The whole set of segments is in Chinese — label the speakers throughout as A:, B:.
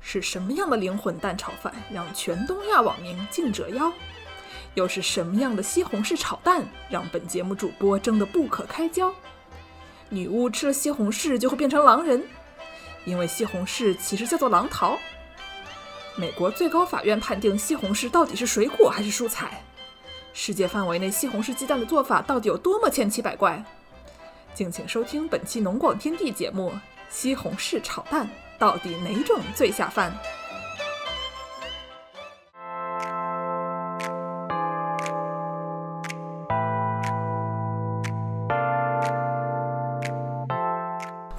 A: 是什么样的灵魂蛋炒饭让全东亚网民尽折腰？又是什么样的西红柿炒蛋让本节目主播争得不可开交？女巫吃了西红柿就会变成狼人，因为西红柿其实叫做狼桃。美国最高法院判定西红柿到底是水果还是蔬菜？世界范围内西红柿鸡蛋的做法到底有多么千奇百怪？敬请收听本期《农广天地》节目，《西红柿炒蛋》到底哪种最下饭？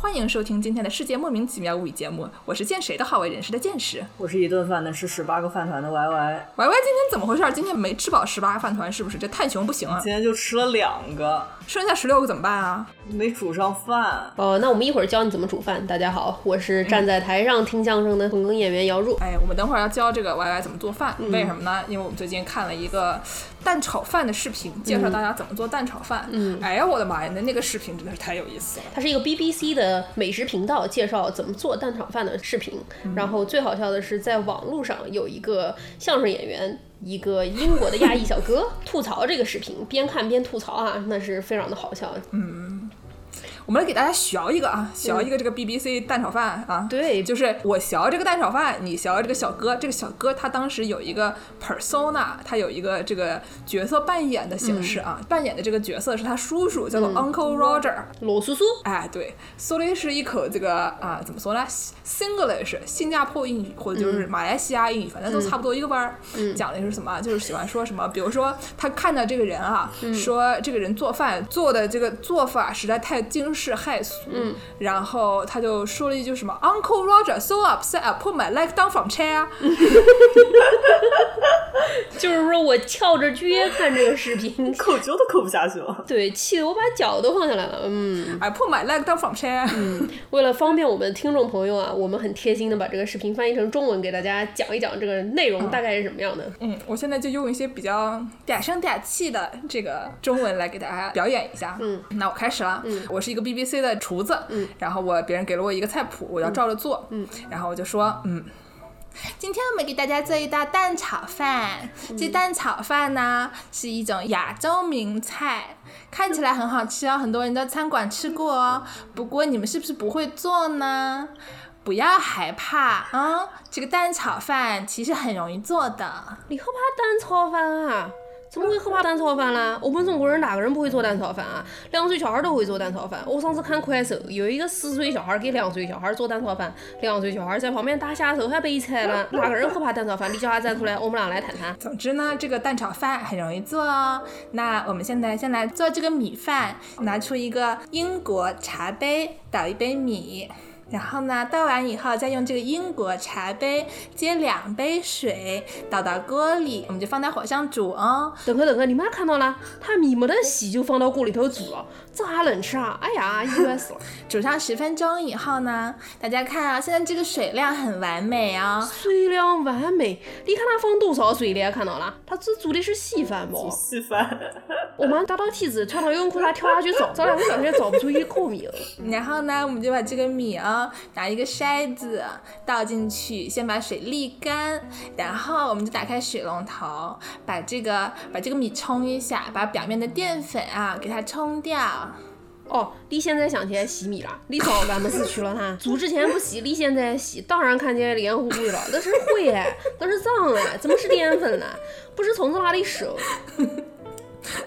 A: 欢迎收听今天的《世界莫名其妙物语》节目，我是见谁都好为人师的见识。
B: 我是一顿饭能吃十八个饭团的 YY，
A: 歪歪今天怎么回事儿？今天没吃饱十八个饭团是不是？这太穷不行啊！
B: 今天就吃了两个，
A: 剩下十六个怎么办啊？
B: 没煮上饭。，
C: 哦，那我们一会儿教你怎么煮饭。大家好，我是站在台上听相声的捧哏演员姚若。
A: 哎，我们等会儿要教这个 Y Y 怎么做饭，为什么呢？因为我们最近看了一个蛋炒饭的视频，介绍大家怎么做蛋炒饭。嗯，哎呀，我的妈呀，那那个视频真的是太有意思了。
C: 它是一个 BBC 的美食频道，介绍怎么做蛋炒饭的视频。然后最好笑的是，在网络上有一个相声演员，一个英国的亚裔小哥吐槽这个视频，边看边吐槽啊，那是非常的好笑。
A: 我们来给大家学一个啊，学一个这个 BBC 蛋炒饭啊。
C: 对
A: 就是我学这个蛋炒饭，你学这个小哥。这个小哥他当时有一个 persona，他有一个这个角色扮演的形式啊，扮演的这个角色是他叔叔，叫做 Uncle Roger。
C: 罗苏苏，
A: 哎，对，苏黎是一口这个啊，怎么说呢？Singlish，新加坡英语或者就是马来西亚英语，反正都差不多一个班儿。讲的是什么啊？就是喜欢说什么，比如说他看到这个人啊，说这个人做饭做的这个做法实在太惊世骇俗，然后他就说了一句什么，Uncle Roger so upset I put my leg down from chair。
C: 就是说我翘着撅看这个视频
B: 扣球都扣不下去了。
C: 对，气得我把脚都放下来了。嗯。
A: I put my leg down from chair。
C: 为了方便我们听众朋友啊，我们很贴心的把这个视频翻译成中文，给大家讲一讲这个内容大概是什么样的。
A: 嗯，我现在就用一些比较嗲声嗲气的这个中文来给大家表演一下。嗯，那我开始了。嗯，我是一个 BBC 的厨子。嗯，然后我别人给了我一个菜谱，我要照着做。嗯，然后我就说，嗯。今天我们给大家做一道蛋炒饭。这蛋炒饭呢是一种亚洲名菜，看起来很好吃哦，很多人都餐馆吃过哦。不过你们是不是不会做呢？不要害怕啊、这个蛋炒饭其实很容易做的。
C: 你喝怕蛋炒饭啊？怎么会喝怕蛋炒饭啦？我们中国人哪个人不会做蛋炒饭啊？两岁小孩都会做蛋炒饭。我上次看快手，有一个四岁小孩给两岁小孩做蛋炒饭，两岁小孩在旁边打下手还被踩 了。哪个人喝怕蛋炒饭？你叫他站出来，我们俩来谈谈。
A: 总之呢，这个蛋炒饭很容易做哦。那我们现在先来做这个米饭，拿出一个英国茶杯，倒一杯米。然后呢，倒完以后再用这个英国茶杯接两杯水，倒到锅里，我们就放在火上煮哦。
C: 等会等会，你妈看到了，她米没得洗就放到锅里头煮了，这还能吃啊？哎呀，意外死了！
A: 煮上十分钟以后呢，大家看啊，现在这个水量很完美哦。
C: 水量完美，你看他放多少水了？看到了，他只做的是稀饭不？
B: 稀 饭，
C: 我妈打到梯子，穿上泳裤，她跳下去找，找两个小时找不出一颗米了。
A: 然后呢，我们就把这个米哦，拿一个筛子倒进去，先把水沥干，然后我们就打开水龙头，把这个把这个米冲一下，把表面的淀粉啊给它冲掉。
C: 哦，你现在想起来洗米了？你早干么事去了呢？煮之前不洗，你现在洗，当然看起来黏糊糊的了，那是灰哎，那是脏哎，怎么是淀粉呢？不是从这哪里收？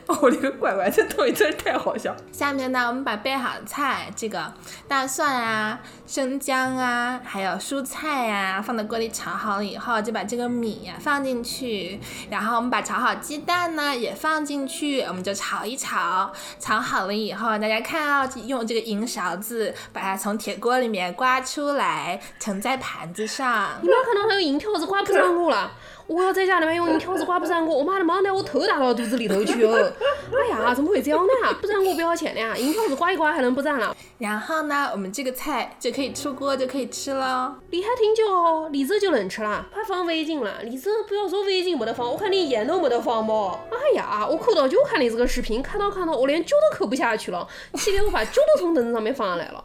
A: 我这个乖乖，这东西真是太好笑。下面呢，我们把备好的菜，这个大蒜啊、生姜啊，还有蔬菜啊，放到锅里炒好了以后，就把这个米呀、放进去，然后我们把炒好鸡蛋呢也放进去，我们就炒一炒。炒好了以后，大家看啊、用这个银勺子把它从铁锅里面刮出来，盛在盘子上
C: 你。妈看到她用银条子刮不上锅了。我要在家里面用银条子刮不上锅，我妈的忙拿我头打到肚子里头去哦！哎呀，怎么会这样呢？不粘锅不要钱的呀，银条子刮一刮还能不粘了？
A: 然后呢，我们这个菜就可以出锅，就可以吃喽。
C: 你还挺久哦，你这就能吃啦，怕放味精啦？你这不要说味精没得放，我看你盐都没得放啵。哎呀，我抠到脚看你这个视频，看到看到，我连脚都抠不下去了，气得我把脚都从凳子上面放下来了。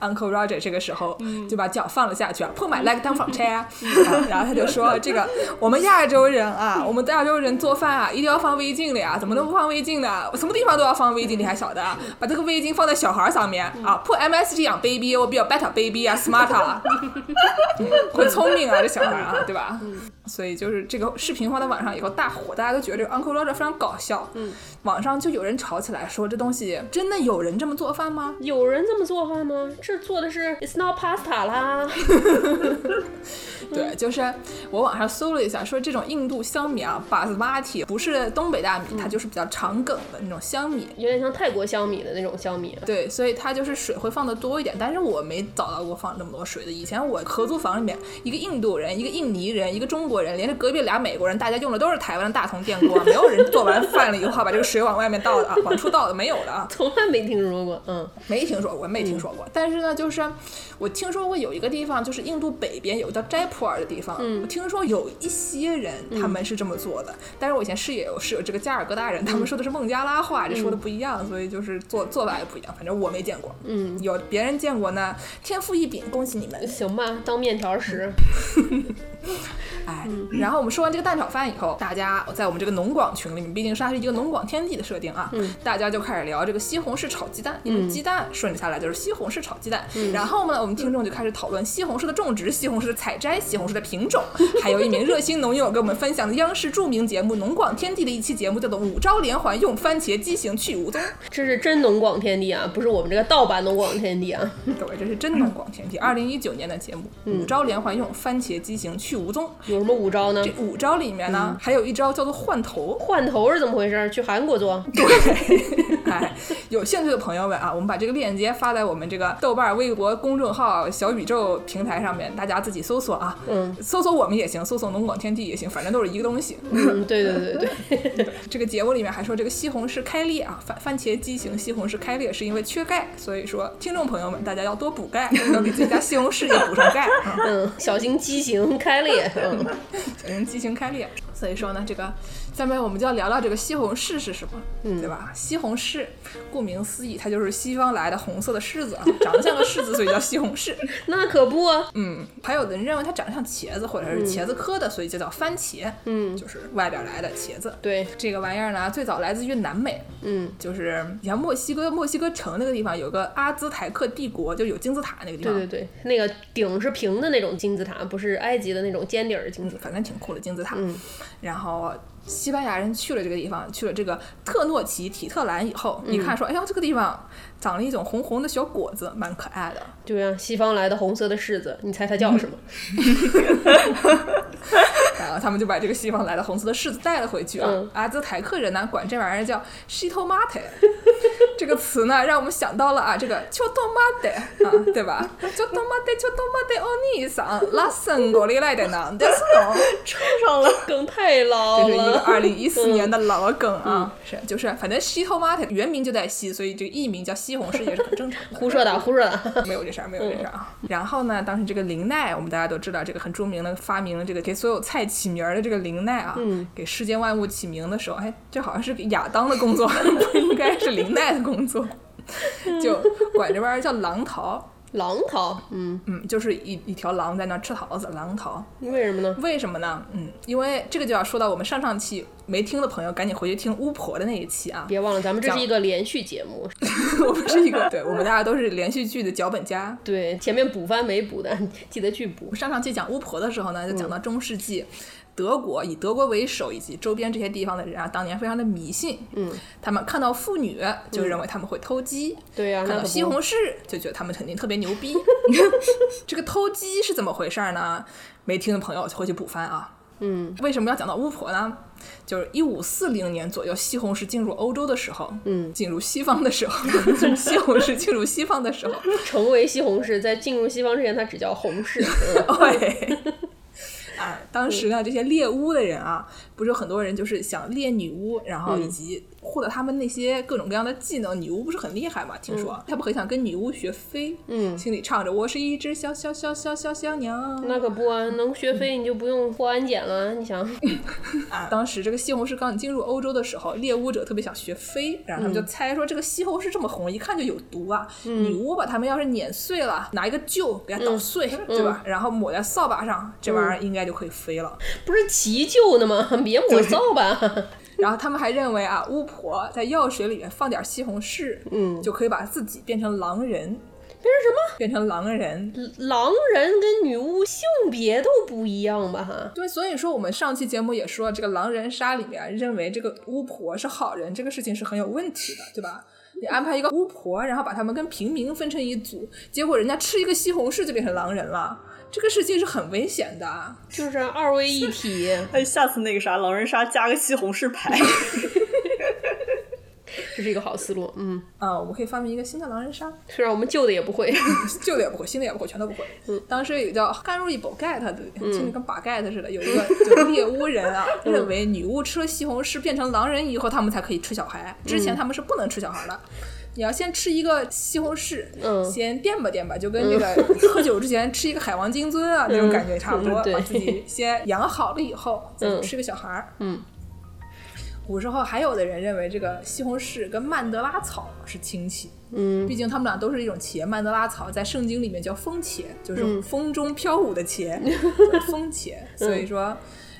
A: Uncle Roger 这个时候就把脚放了下去啊，碰买 leg down from chair，啊然后他就说这个我们亚洲人啊，我们亚洲人做饭啊，一定要放胃镜的呀，怎么能不放胃镜呢？什么地方都要放胃镜，你还晓得啊？把这个胃镜放在小孩上面啊，put MSG 养 baby，我比较 better baby 啊，smart 啊，很聪明啊，这小孩啊，对吧？所以就是这个视频放到网上以后大火，大家都觉得这个 Uncle Roger 非常搞笑。嗯，网上就有人吵起来说，这东西真的有人这么做饭吗？
C: 有人这么做饭吗？这做的是 it's not pasta 啦，
A: 对，就是我网上搜了一下，说这种印度香米啊，巴斯巴提不是东北大米，它就是比较长梗的那种香米。
C: 有点像泰国香米的那种香米。
A: 对，所以它就是水会放的多一点，但是我没找到过放那么多水的。以前我合租房里面，一个印度人，一个印尼人，一个中国人，连着隔壁俩美国人，大家用的都是台湾的大铜电锅，啊没有人做完饭了以后把这个水往外面倒的啊，往出倒的没有的啊。
C: 从来没听说过，嗯，
A: 没听说过，没听说过。但是呢，就是我听说过有一个地方，就是印度北边有个叫斋普尔的地方，我听说有一些人他们是这么做的。但是我以前室友室友这个加尔各答人，他们说的是孟加拉话，这说的不一样，所以就是做做法也不一样。反正我没见过，嗯，有别人见过呢，天赋异禀，恭喜你们。
C: 行吧，当面条食。
A: 哎，然后我们说完这个蛋炒饭以后，大家在我们这个农广群里面，毕竟是它是一个农广天地的设定啊，大家就开始聊这个西红柿炒鸡蛋，因为鸡蛋顺着下来就是西红柿炒鸡蛋。然后呢，我们听众就开始讨论西红柿的种植、西红柿的采摘、西红柿的品种，还有一名热心农友给我们分享的央视著名节目《农广天地》的一期节目，叫做“五招连环用番茄畸形去无踪”。
C: 这是真农广天地啊，不是我们这个盗版农广天地啊。
A: 各位，这是真农广天地二零一九年的节目，五招连环用番茄畸形去无踪。
C: 有什么五招呢
A: 这？五招里面呢，还有一招叫做换头。
C: 换头是怎么回事？去韩国做？
A: 哎，有兴趣的朋友们啊，我们把这个链接发在我们这个豆瓣、微博公众号、小宇宙平台上面，大家自己搜索啊。
C: 嗯，
A: 搜索我们也行，搜索农广天地也行，反正都是一个东西。
C: 嗯，对对对对，
A: 这个节目里面还说这个西红柿开裂啊，番番茄畸形西红柿开裂是因为缺钙，所以说听众朋友们大家要多补钙，要给自己家西红柿也补上钙啊。
C: 嗯，小型畸形开裂，嗯，
A: 小人激情开裂。所以说呢，这个下面我们就要聊聊这个西红柿是什么，
C: 嗯
A: 对吧？西红柿，顾名思义，它就是西方来的红色的柿子啊， 长得像个柿子，所以叫西红柿。
C: 那可不啊，
A: 嗯，还有的人认为它长得像茄子，或者
C: 嗯
A: 是茄子科的，所以就叫番茄。嗯，就是外边来的茄子。
C: 对，
A: 这个玩意儿呢，最早来自于南美，
C: 嗯，
A: 就是以前墨西哥墨西哥城那个地方有个阿兹台克帝国，就有金字塔那个地
C: 对
A: 方。
C: 对对，那个顶是平的那种金字塔，不是埃及的那种尖顶儿金字塔。
A: 嗯反正挺酷的金字塔。然后西班牙人去了这个地方，去了这个特诺奇体特兰以后，一看说，哎呀，这个地方长了一种红红的小果子，蛮可爱的。
C: 对啊，西方来的红色的柿子，你猜它叫什么？
A: 然后他们就把这个西方来的红色的柿子带了回去啊。
C: 嗯
A: 阿兹台克人呢，管这玩意儿叫 shitomate 这个词呢，让我们想到了啊，这个 chotomate 啊，对吧？chotomate chotomate oni san la sen g o l i lai de nan de s n
C: 唱上了，梗太老
A: 这是一个
C: 了。嗯
A: 二零一四年的老梗啊，是就是反正西头妈它原名就在西，所以这个艺名叫西红柿也是很正常的。
C: 胡说的，嗯胡说的。
A: 没有这事儿，没有这事儿啊。然后呢，当时这个林奈，我们大家都知道，这个很著名的发明这个给所有菜起名儿的这个林奈啊，
C: 嗯
A: 给世间万物起名的时候，哎，这好像是给亚当的工作， 不应该是林奈的工作，
C: 嗯
A: 就管这玩意儿叫狼桃。
C: 狼桃，嗯，
A: 嗯，就是一一条狼在那儿吃桃子，狼桃。
C: 为什么呢？
A: 为什么呢？嗯，因为这个就要说到我们上上期没听的朋友，赶紧回去听巫婆的那一期啊。
C: 别忘了，咱们这是
A: 讲
C: 一个连续节目，
A: 我们是一个，对我们大家都是连续剧的脚本家。
C: 对，前面补番没补的， 记得去补
A: 我。上上期讲巫婆的时候呢，就讲到中世纪。德国以德国为首，以及周边这些地方的人啊，当年非常的迷信。嗯，他们看到妇女就认为他们会偷鸡，
C: 对呀、
A: 看
C: 那可
A: 到
C: 不
A: 西红柿就觉得他们肯定特别牛 逼。这个偷鸡是怎么回事儿呢？没听的朋友回去补番啊。嗯，为什么要讲到巫婆呢？就是一五四零年左右，西红柿进入欧洲的时候，嗯，进入西方的时候， 就是西红柿进入西方的时候，
C: 成为西红柿，在进入西方之前，它只叫红柿。
A: 对。啊，
C: 嗯
A: 当时呢，这些猎巫的人啊，不是有很多人就是想猎女巫，然后以及获得他们那些各种各样的技能。女巫不是很厉害嘛？听说、他不很想跟女巫学飞，
C: 嗯
A: 心里唱着“我是一只小小小小小小鸟”，
C: 那可不啊，能学飞你就不用过安检了。你想，
A: 哎当时这个西红柿刚进入欧洲的时候，猎巫者特别想学飞，然后他
C: 嗯
A: 们就猜说这个西红柿这么红，一看就有毒啊，女巫把它们要是碾碎了，拿一个臼给
C: 嗯
A: 它捣碎，对吧？然后抹在扫把上，这玩意儿应该就可以飞了。
C: 不是急救呢吗？ 别 抹扫把。
A: 然后他们还认为啊，巫婆在药水里面放点西红柿，嗯，就可以把自己变成狼人，
C: 变成什么？嗯
A: 变成狼人。
C: 狼人跟女巫性别都不一样吧？哈，
A: 对，所以说我们上期节目也说，这个狼人杀里面啊认为这个巫婆是好人，这个事情是很有问题的，对吧？你安排一个巫婆，然后把他们跟平民分成一组，结果人家吃一个西红柿就变成狼人了，这个事情是很危险的啊。
C: 就是二位一体。
B: 哎，下次那个啥狼人杀加个西红柿牌，
C: 这是一个好思路，嗯，
A: 啊、我们可以发明一个新的狼人杀，
C: 虽然我们旧的也不 会，
A: 旧的也不会，新的也不会，全都不会。
C: 嗯
A: 当时有一个叫甘若一宝盖特的，听着跟把盖特似的，有一个就是猎巫人啊，
C: 嗯
A: 认为女巫吃了西红柿变成狼人以后，他们才可以吃小孩，
C: 嗯
A: 之前他们是不能吃小孩的。你要先吃一个西红柿，
C: 嗯
A: 先垫吧垫吧，就跟那个喝酒之前吃一个海王金樽啊、那种感觉差不多，
C: 嗯对
A: 把自己先养好了以后，再
C: 嗯
A: 吃个小孩儿。
C: 嗯
A: 古时候还有的人认为这个西红柿跟曼德拉草是亲戚，
C: 嗯，
A: 毕竟他们俩都是一种茄，曼德拉草在圣经里面叫风茄，
C: 嗯
A: 就是风中飘舞的 茄，风茄。 所以说，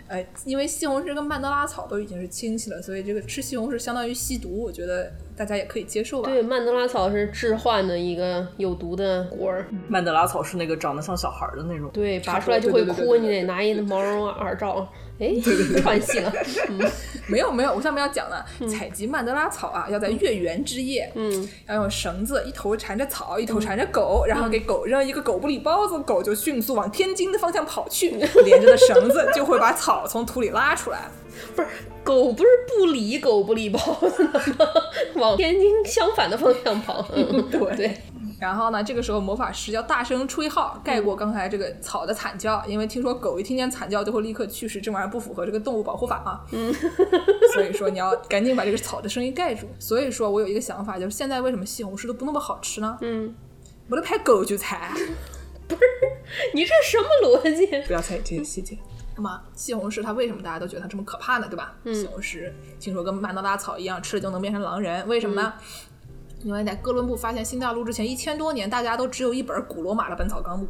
A: 呃，因为西红柿跟曼德拉草都已经是亲戚了，所以这个吃西红柿相当于吸毒，我觉得大家也可以接受吧。
C: 对，曼德拉草是置换的一个有毒的果儿，
B: 曼德拉草是那个长得像小孩儿的那种。
C: 对，拔
A: 差不多
C: 出来就会
A: 对对
C: 哭，
A: 对对对
C: 你得拿一毛绒耳罩。 哎， 串戏了，
A: 没有没有，我上面要讲了，采集曼德拉草啊，要在月圆之夜，
C: 嗯，
A: 要用绳子一头缠着草，一头缠着狗，然后
C: 嗯
A: 给狗扔一个狗不理包子，狗就迅速往天津的方向跑 去，连着的绳子就会把草从土里拉出来。
C: 不是狗不是不理狗不理包子吗？往天津相反的方向跑，嗯、对
A: 然后呢，这个时候魔法师要大声吹号，盖过刚才这个草的惨叫，因为听说狗一听见惨叫就会立刻去世，这玩意儿不符合这个动物保护法啊。嗯， 所以说你要赶紧把这个草的声音盖住。所以说我有一个想法，就是现在为什么西红柿都不那么好吃呢？
C: 嗯，
A: 我得派狗去采，
C: 你这什么逻辑？
B: 不要猜这些细节。
A: 那么西红柿它为什么大家都觉得它这么可怕呢？对吧？
B: 嗯
A: 西红柿听说跟曼德拉草一样，吃了就能变成狼人，为什么呢？
B: 嗯
A: 因为在哥伦布发现新大陆之前一千多年，大家都只有一本古罗马的《本草纲 目》。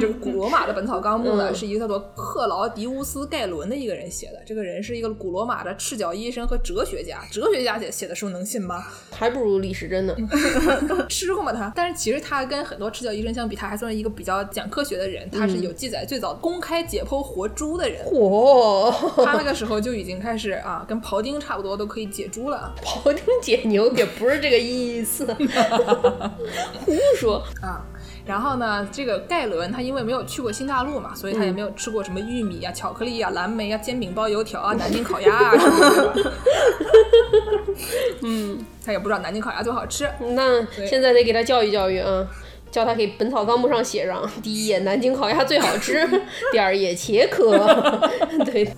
A: 这个古罗马的《本草纲目》呢，
B: 嗯
A: 是一个叫做克劳迪乌斯·盖伦的一个人写的。这个人是一个古罗马的赤脚医生和哲学家。哲学家写写的书能信吗？
C: 还不如李时珍呢。
A: 吃过吗他？但是其实他跟很多赤脚医生相比，他还算是一个比较讲科学的人。他是有记载最早公开解剖活猪的人。
C: 嚯、
A: 他那个时候就已经开始啊，跟庖丁差不多，都可以解猪了
C: 庖丁解牛也不是这个意思，胡说。
A: 啊。然后呢，这个盖伦他因为没有去过新大陆嘛，所以他也没有吃过什么玉米啊、巧克力啊、蓝莓啊、煎饼包油条啊、南京烤鸭啊什么的。嗯，他也不知道南京烤鸭多好吃。
C: 那现在得给他教育教育啊，叫他给《本草纲目》上写上：第一页南京烤鸭最好吃，第二页茄科。 对，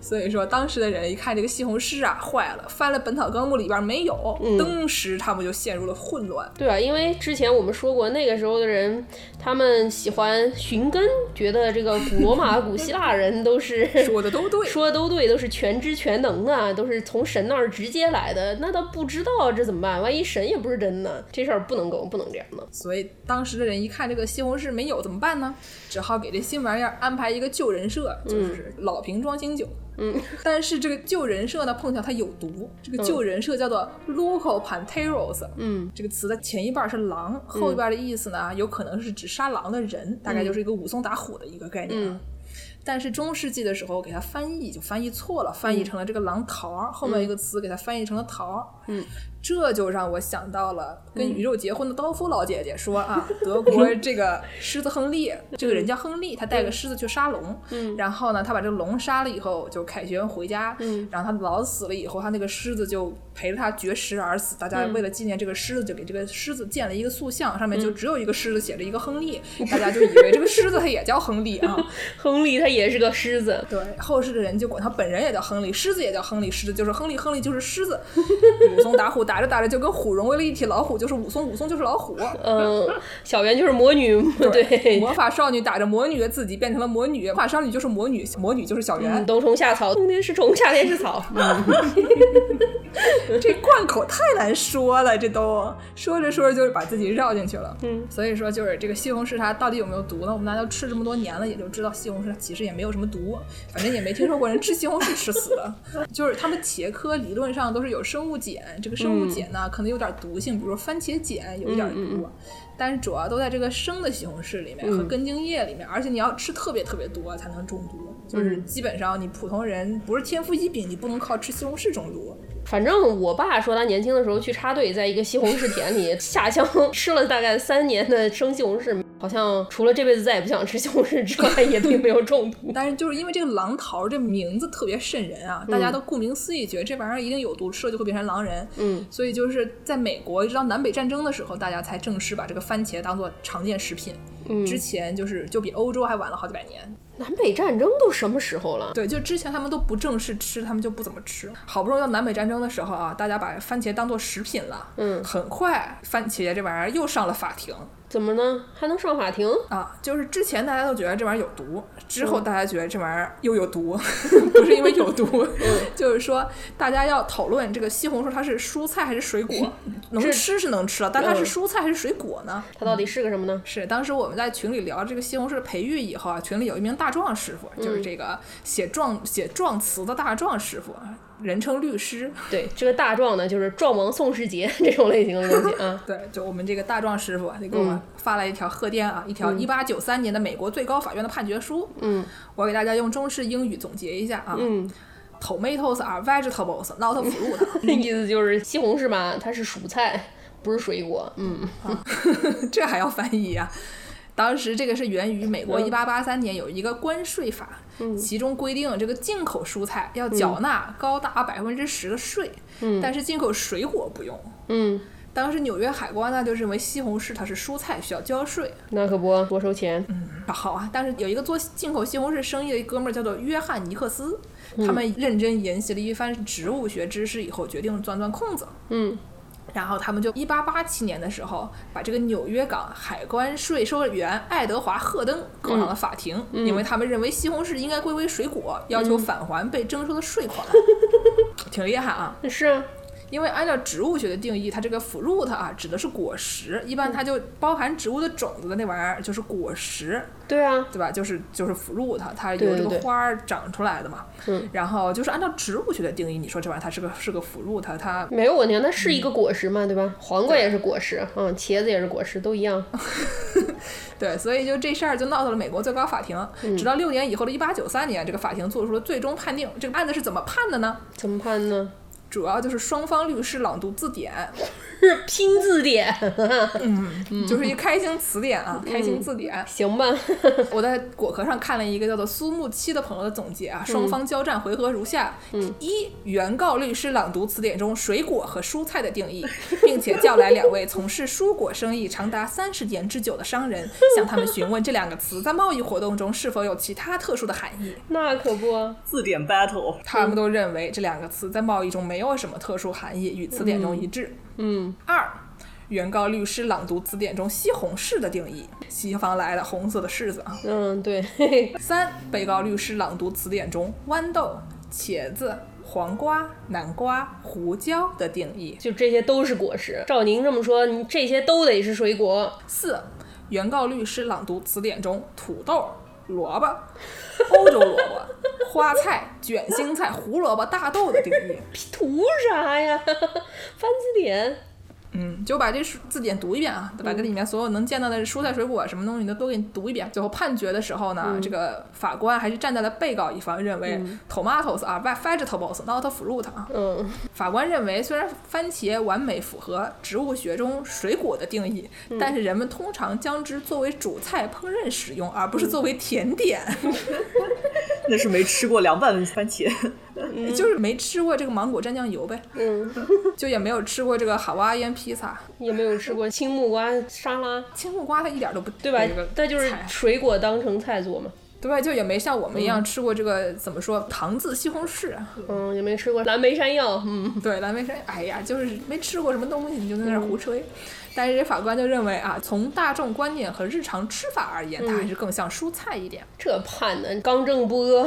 A: 所以说，当时的人一看这个西红柿啊，坏了，翻了《本草纲目》里边没有，登时他们就陷入了混乱。
C: 对啊，因为之前我们说过，那个时候的人他们喜欢寻根，觉得这个古罗马、古希腊人都是
A: 说的都对，
C: 说的都对，都是全知全能的，都是从神那儿直接来的。那他不知道这怎么办？万一神也不是真的，这事儿不能够，不能这样的。
A: 所以当时的人一看这个西红柿没有怎么办呢？只好给这新玩意儿安排一个旧人设，就是老瓶装新酒。嗯， 但是这个旧人设呢，碰巧它有毒。这个旧人设叫做 local panteros，
C: 嗯，
A: 这个词的前一半是狼，后一半的意思呢，有可能是指杀狼的人，大概就是一个武松打虎的一个概念啊。
C: 嗯
A: 但是中世纪的时候给它
C: 嗯
A: 翻译就翻译错了，翻译成了这个狼桃儿，后面一个词给它翻译成了桃儿。
C: 嗯，
A: 这就让我想到了跟宇宙结婚的刀夫老姐姐说 啊，德国这个狮子亨利，这个人叫亨利，他带个狮子去杀龙，
C: 嗯
A: 然后呢，他把这个龙杀了以后，就凯旋回家，
C: 嗯
A: 然后他老子死了以后，他那个狮子就陪着他绝食而死。大
C: 嗯
A: 家为了纪念这个狮子，就给这个狮子建了一个塑像，上面
C: 嗯
A: 就只有一个狮子写着一个亨利，大家就以为这个狮子它也叫亨利啊。
C: 亨利他也是个狮子，
A: 对，后世的人就管他本人也叫亨利，狮子也叫亨利，狮子就是亨利，亨利就是狮 子，武松打虎打着打着就跟虎融为了一体，老虎就是武松，武松就是老虎。
C: 嗯，小圆就是魔女， 对，
A: 魔法少女打着魔女，自己变成了魔女，魔法少女就是魔女，魔女就是小圆。
C: 嗯冬虫夏草，冬天是虫，夏天是草，
A: 这贯口太难说了，这都说着说着就是把自己绕进去了。
C: 嗯，
A: 所以说就是这个西红柿它到底有没有毒呢？我们大家都吃这么多年了，也就知道西红柿它其实也没有什么毒，反正也没听说过人吃西红柿吃死 的。就是他们茄科理论上都是有生物碱，这个生物碱呢、可能有点毒性，比如说番茄碱有一点毒。啊
C: 嗯嗯
A: 但是主要都在这个生的西红柿里面
C: 嗯
A: 和根茎叶里面，而且你要吃特别特别多才能中毒，就是
C: 嗯
A: 基本上你普通人不是天赋异禀，你不能靠吃西红柿中毒。
C: 反正我爸说他年轻的时候去插队，在一个西红柿田里 下乡吃了大概三年的生西红柿，好像除了这辈子再也不想吃西红柿之外，也并没有中毒。
A: 但是就是因为这个狼桃这名字特别瘆人啊，大家都顾名思义，觉得这玩意儿一定有毒，吃了就会变成狼人。
C: 嗯，
A: 所以就是在美国一直到南北战争的时候，大家才正式把这个番茄当做常见食品。
C: 嗯
A: 之前就是就比欧洲还晚了好几百年。
C: 南北战争都什么时候了？
A: 对，就之前他们都不正式吃，他们就不怎么吃。好不容易到南北战争的时候啊，大家把番茄当做食品了。
C: 嗯
A: 很快番茄这玩意儿又上了法庭。
C: 怎么呢？还能上法庭？
A: 啊，就是之前大家都觉得这玩意儿有毒，之后大家觉得这玩意儿又有毒， 不是因为有毒， 就是说大家要讨论这个西红柿它是蔬菜还是水果，能吃是能吃了，但它是
C: 嗯
A: 蔬菜还是水果呢？
C: 它到底是个什么呢？
A: 是当时我们在群里聊这个西红柿的培育以后啊，群里有一名大壮师傅，就是这个写状写状词的大壮师傅，人称律师。
C: 对，这个大壮呢，就是壮王宋世杰这种类型的东西 啊。
A: 对，就我们这个大壮师傅啊，他给我
C: 嗯
A: 发来一条贺电啊，一条一八九三年的美国最高法院的判决书。
C: 嗯
A: 我给大家用中式英语总结一下啊、
C: 嗯，
A: t o m a t o s are vegetables, not fruit
C: 那意思就是西红柿吧，它是蔬菜，不是水果。嗯
A: 这还要翻译啊？当时这个是源于美国
C: 嗯
A: 一八八三年有一个关税法，其中规定这个进口蔬菜要缴纳高达百分之十的税，但是进口水果不用。
C: 嗯，
A: 当时纽约海关呢就认为西红柿它是蔬菜，需要交税。
C: 那可不多收钱。
A: 啊好啊，但是有一个做进口西红柿生意的一哥们儿叫做约翰尼克斯，他们认真研习了一番植物学知识以后，决定钻钻空子。
C: 嗯
A: 然后他们就一八八七年的时候，把这个纽约港海关税收员爱德华·赫登告上了法庭，因为他们认为西红柿应该归为水果，要求返还被征收的税款，啊挺厉害啊！
C: 是啊，
A: 因为按照植物学的定义，它这个 fruit 啊指的是果实，一般它就包含植物的种子的那玩意儿就是果实，
C: 对啊，
A: 对吧？就是就是 fruit，它
C: 对
A: 由
C: 对
A: 这个
C: 对
A: 花儿长出来的嘛。
C: 嗯
A: 然后就是按照植物学的定义，你说这玩意儿它是个是个 fruit，它
C: 没有问题，那是一个果实嘛，对吧？黄瓜也是果实，嗯，茄子也是果实，都一样。
A: 对，所以就这事儿就闹到了美国最高法庭。
C: 嗯
A: 直到六年以后的一八九三年，这个法庭做出了最终判定。这个案子是怎么判的呢？
C: 怎么判呢？
A: 主要就是双方律师朗读字典，
C: 是拼字典， 嗯
A: 就是一开心词典啊，开心字典。
C: 行吧？
A: 我在果壳上看了一个叫做苏木七的朋友的总结啊，双方交战回合如下：一、原告律师朗读词典中水果和蔬菜的定义，并且叫来两位从事蔬果生意长达三十年之久的商人，向他们询问这两个词在贸易活动中是否有其他特殊的含义。
C: 那可不，啊
B: 字典 battle，
A: 他们都认为这两个词在贸易中没有什么特殊含义，与词典中一致。
C: 嗯，
A: 二，原告律师朗读词典中西红柿的定义，西方来的红色的柿子啊。
C: 嗯，对， 嘿嘿
A: 三，被告律师朗读词典中豌豆、茄子、黄瓜、南瓜、胡椒的定义。
C: 就这些都是果实。照您这么说，你这些都得是水果。
A: 四，原告律师朗读词典中土豆、萝卜、欧洲萝卜、花菜、卷心 菜、胡萝卜、大豆的定义。
C: 图啥呀？翻字典，
A: 嗯，就把这书字典读一遍啊，
C: 嗯
A: 把这里面所有能见到的蔬菜水果什么东西的都给你读一遍。最后判决的时候
C: 嗯
A: 呢，这个法官还是站在了被告一方，认为 tomatoes are vegetables, not fruit 啊。
C: 嗯，
A: 法官认为，虽然番茄完美符合植物学中水果的定义，
C: 嗯
A: 但是人们通常将之作为主菜烹饪使用，而不是作为甜点。
C: 嗯
B: 那是没吃过凉拌番茄，
C: 嗯
A: 就是没吃过这个芒果蘸酱油呗， 就也没有吃过这个啊 Hawaiian pizza。
C: 也没有吃过青木瓜沙拉，
A: 青木瓜它一点都不
C: 对吧
A: 那个？
C: 它就是
A: 菜
C: 水果当成菜做嘛。
A: 对，就也没像我们一样吃过这个、怎么说糖渍西红柿，啊
C: 嗯，也没吃过蓝莓山药。嗯，
A: 对，蓝莓山，哎呀，就是没吃过什么东西，你就在那儿胡吹。但是这法官就认为啊，从大众观念和日常吃法而言，它还是更像蔬菜一点
C: 这判的刚正不阿，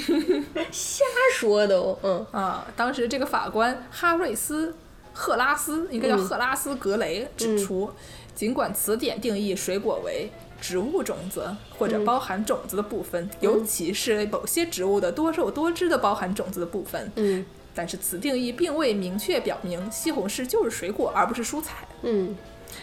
C: 瞎说都。嗯，
A: 啊、当时这个法官哈瑞斯·赫拉斯，应该叫赫拉斯·格雷指出，尽管词典定义水果为植物种子或者包含种子的部分，尤其是某些植物的多肉多汁的包含种子的部分，
C: 嗯
A: 但是此定义并未明确表明西红柿就是水果而不是蔬菜。
C: 嗯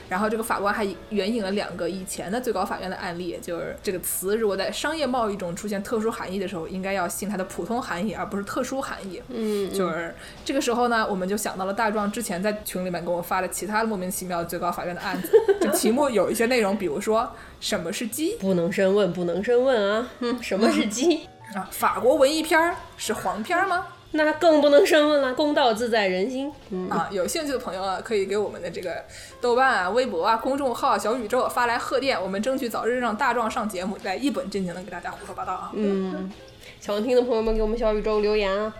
A: 然后这个法官还援引了两个以前的最高法院的案例，就是这个词如果在商业贸易中出现特殊含义的时候，应该要信它的普通含义，而不是特殊含义。
C: 嗯，
A: 就是这个时候呢，我们就想到了大壮之前在群里面给我发的其他莫名其妙的最高法院的案子， 这题目有一些内容，比如说什么是鸡
C: 不能深问，不能深问啊。嗯，什么是鸡？
A: 啊，法国文艺片儿是黄片儿吗？
C: 那更不能深问了。公道自在人心。嗯，
A: 啊，有兴趣的朋友啊，可以给我们的这个豆瓣啊、微博啊、公众号、小宇宙啊发来贺电，我们争取早日让大壮上节目，来一本正经的给大家胡说八道啊。
C: 想听的朋友们给我们小宇宙留言啊。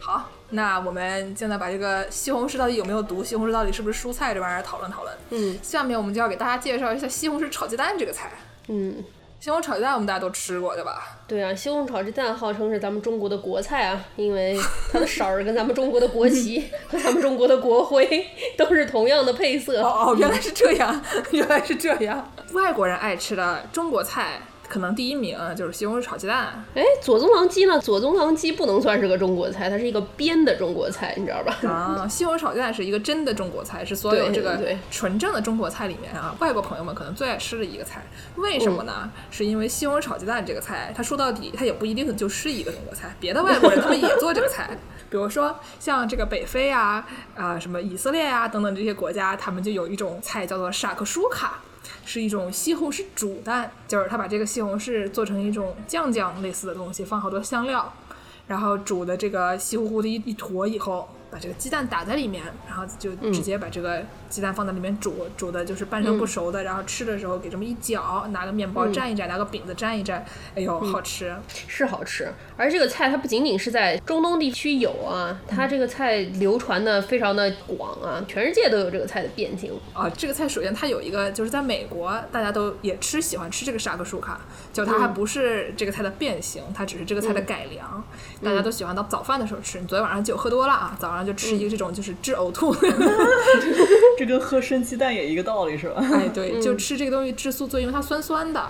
A: 好，那我们现在把这个西红柿到底有没有毒，西红柿到底是不是蔬菜这玩意儿讨论讨论。
C: 嗯
A: 下面我们就要给大家介绍一下西红柿炒鸡蛋这个菜。
C: 嗯，
A: 西红柿炒鸡蛋我们大家都吃过对吧？
C: 对啊，西红柿炒鸡蛋号称是咱们中国的国菜啊，因为它的色儿跟咱们中国的国旗和咱们中国的国徽 都是同样的配色。
A: 哦哦，原来是这样， 原来是这样。外国人爱吃的中国菜，可能第一名啊就是西红柿炒鸡蛋。
C: 哎，左宗棠鸡呢？左宗棠鸡不能算是个中国菜，它是一个编的中国菜，你知道吧？
A: 啊，西红柿炒鸡蛋是一个真的中国菜，是所有
C: 对
A: 这个
C: 对
A: 纯正的中国菜里面啊，外国朋友们可能最爱吃的一个菜。为什么
C: 嗯
A: 呢？是因为西红柿炒鸡蛋这个菜，它说到底，它也不一定就是一个中国菜，别的外国人他们也做这个菜。比如说像这个北非啊、啊、什么以色列啊等等这些国家，他们就有一种菜叫做沙克舒卡。是一种西红柿煮蛋，就是他把这个西红柿做成一种酱酱类似的东西，放好多香料，然后煮的这个稀乎乎的一一坨以后，把这个鸡蛋打在里面，然后就直接把这个鸡蛋放在里面煮，煮的就是半生不熟的，然后吃的时候给这么一搅，拿个面包蘸一蘸，拿个饼子蘸一蘸，哎呦，好吃！
C: 是好吃，而这个菜它不仅仅是在中东地区有啊，它这个菜流传的非常的广啊，全世界都有这个菜的变形。
A: 啊，这个菜首先它有一个，就是在美国大家都也吃，喜欢吃这个沙克舒卡，就它还不是这个菜的变形，它只是这个菜的改良，大家都喜欢到早饭的时候吃。你昨天晚上酒喝多了啊，早上就吃一个这种就是治呕吐的
B: 这跟喝生鸡蛋也一个道理是吧？
A: 哎，对，就吃这个东西治宿醉，因为它酸酸的，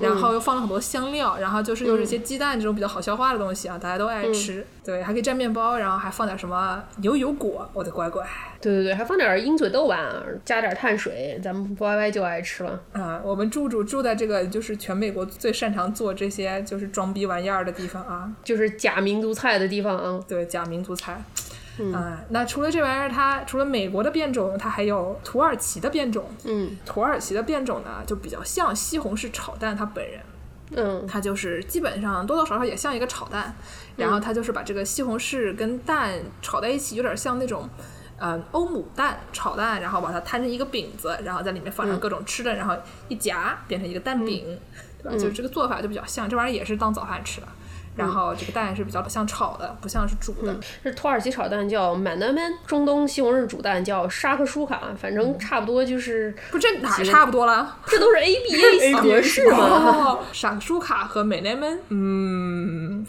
A: 然后又放了很多香料，然后就是又是一些鸡蛋这种比较好消化的东西啊，大家都爱吃。对，还可以蘸面包，然后还放点什么牛油果，我的乖乖。
C: 对对对，还放点儿鹰嘴豆瓣啊，加点儿碳水，咱们 Y Y 就爱吃了。
A: 啊，我们住住住在这个就是全美国最擅长做这些就是装逼玩意儿的地方啊，
C: 就是假民族菜的地方啊，
A: 对，假民族菜。啊，那除了这玩意儿，它除了美国的变种，它还有土耳其的变种。
C: 嗯
A: 土耳其的变种呢，就比较像西红柿炒蛋它本人。
C: 嗯
A: 它就是基本上多多少少也像一个炒蛋，然后它就是把这个西红柿跟蛋炒在一起，有点像那种。呃，欧姆蛋炒蛋，然后把它摊成一个饼子，然后在里面放上各种吃的，然后一夹变成一个蛋饼，对吧？就是这个做法就比较像，这玩意儿也是当早饭吃的。然后这个蛋是比较像炒的，不像是煮的。
C: 这土耳其炒蛋叫满南门，中东西红柿煮蛋叫沙克舒卡，反正差不多就是，
A: 不是，这哪儿差不多了？
C: 这都是 A B 嗯 A 格式 嘛。
A: 哦，傻舒卡和美内门，嗯，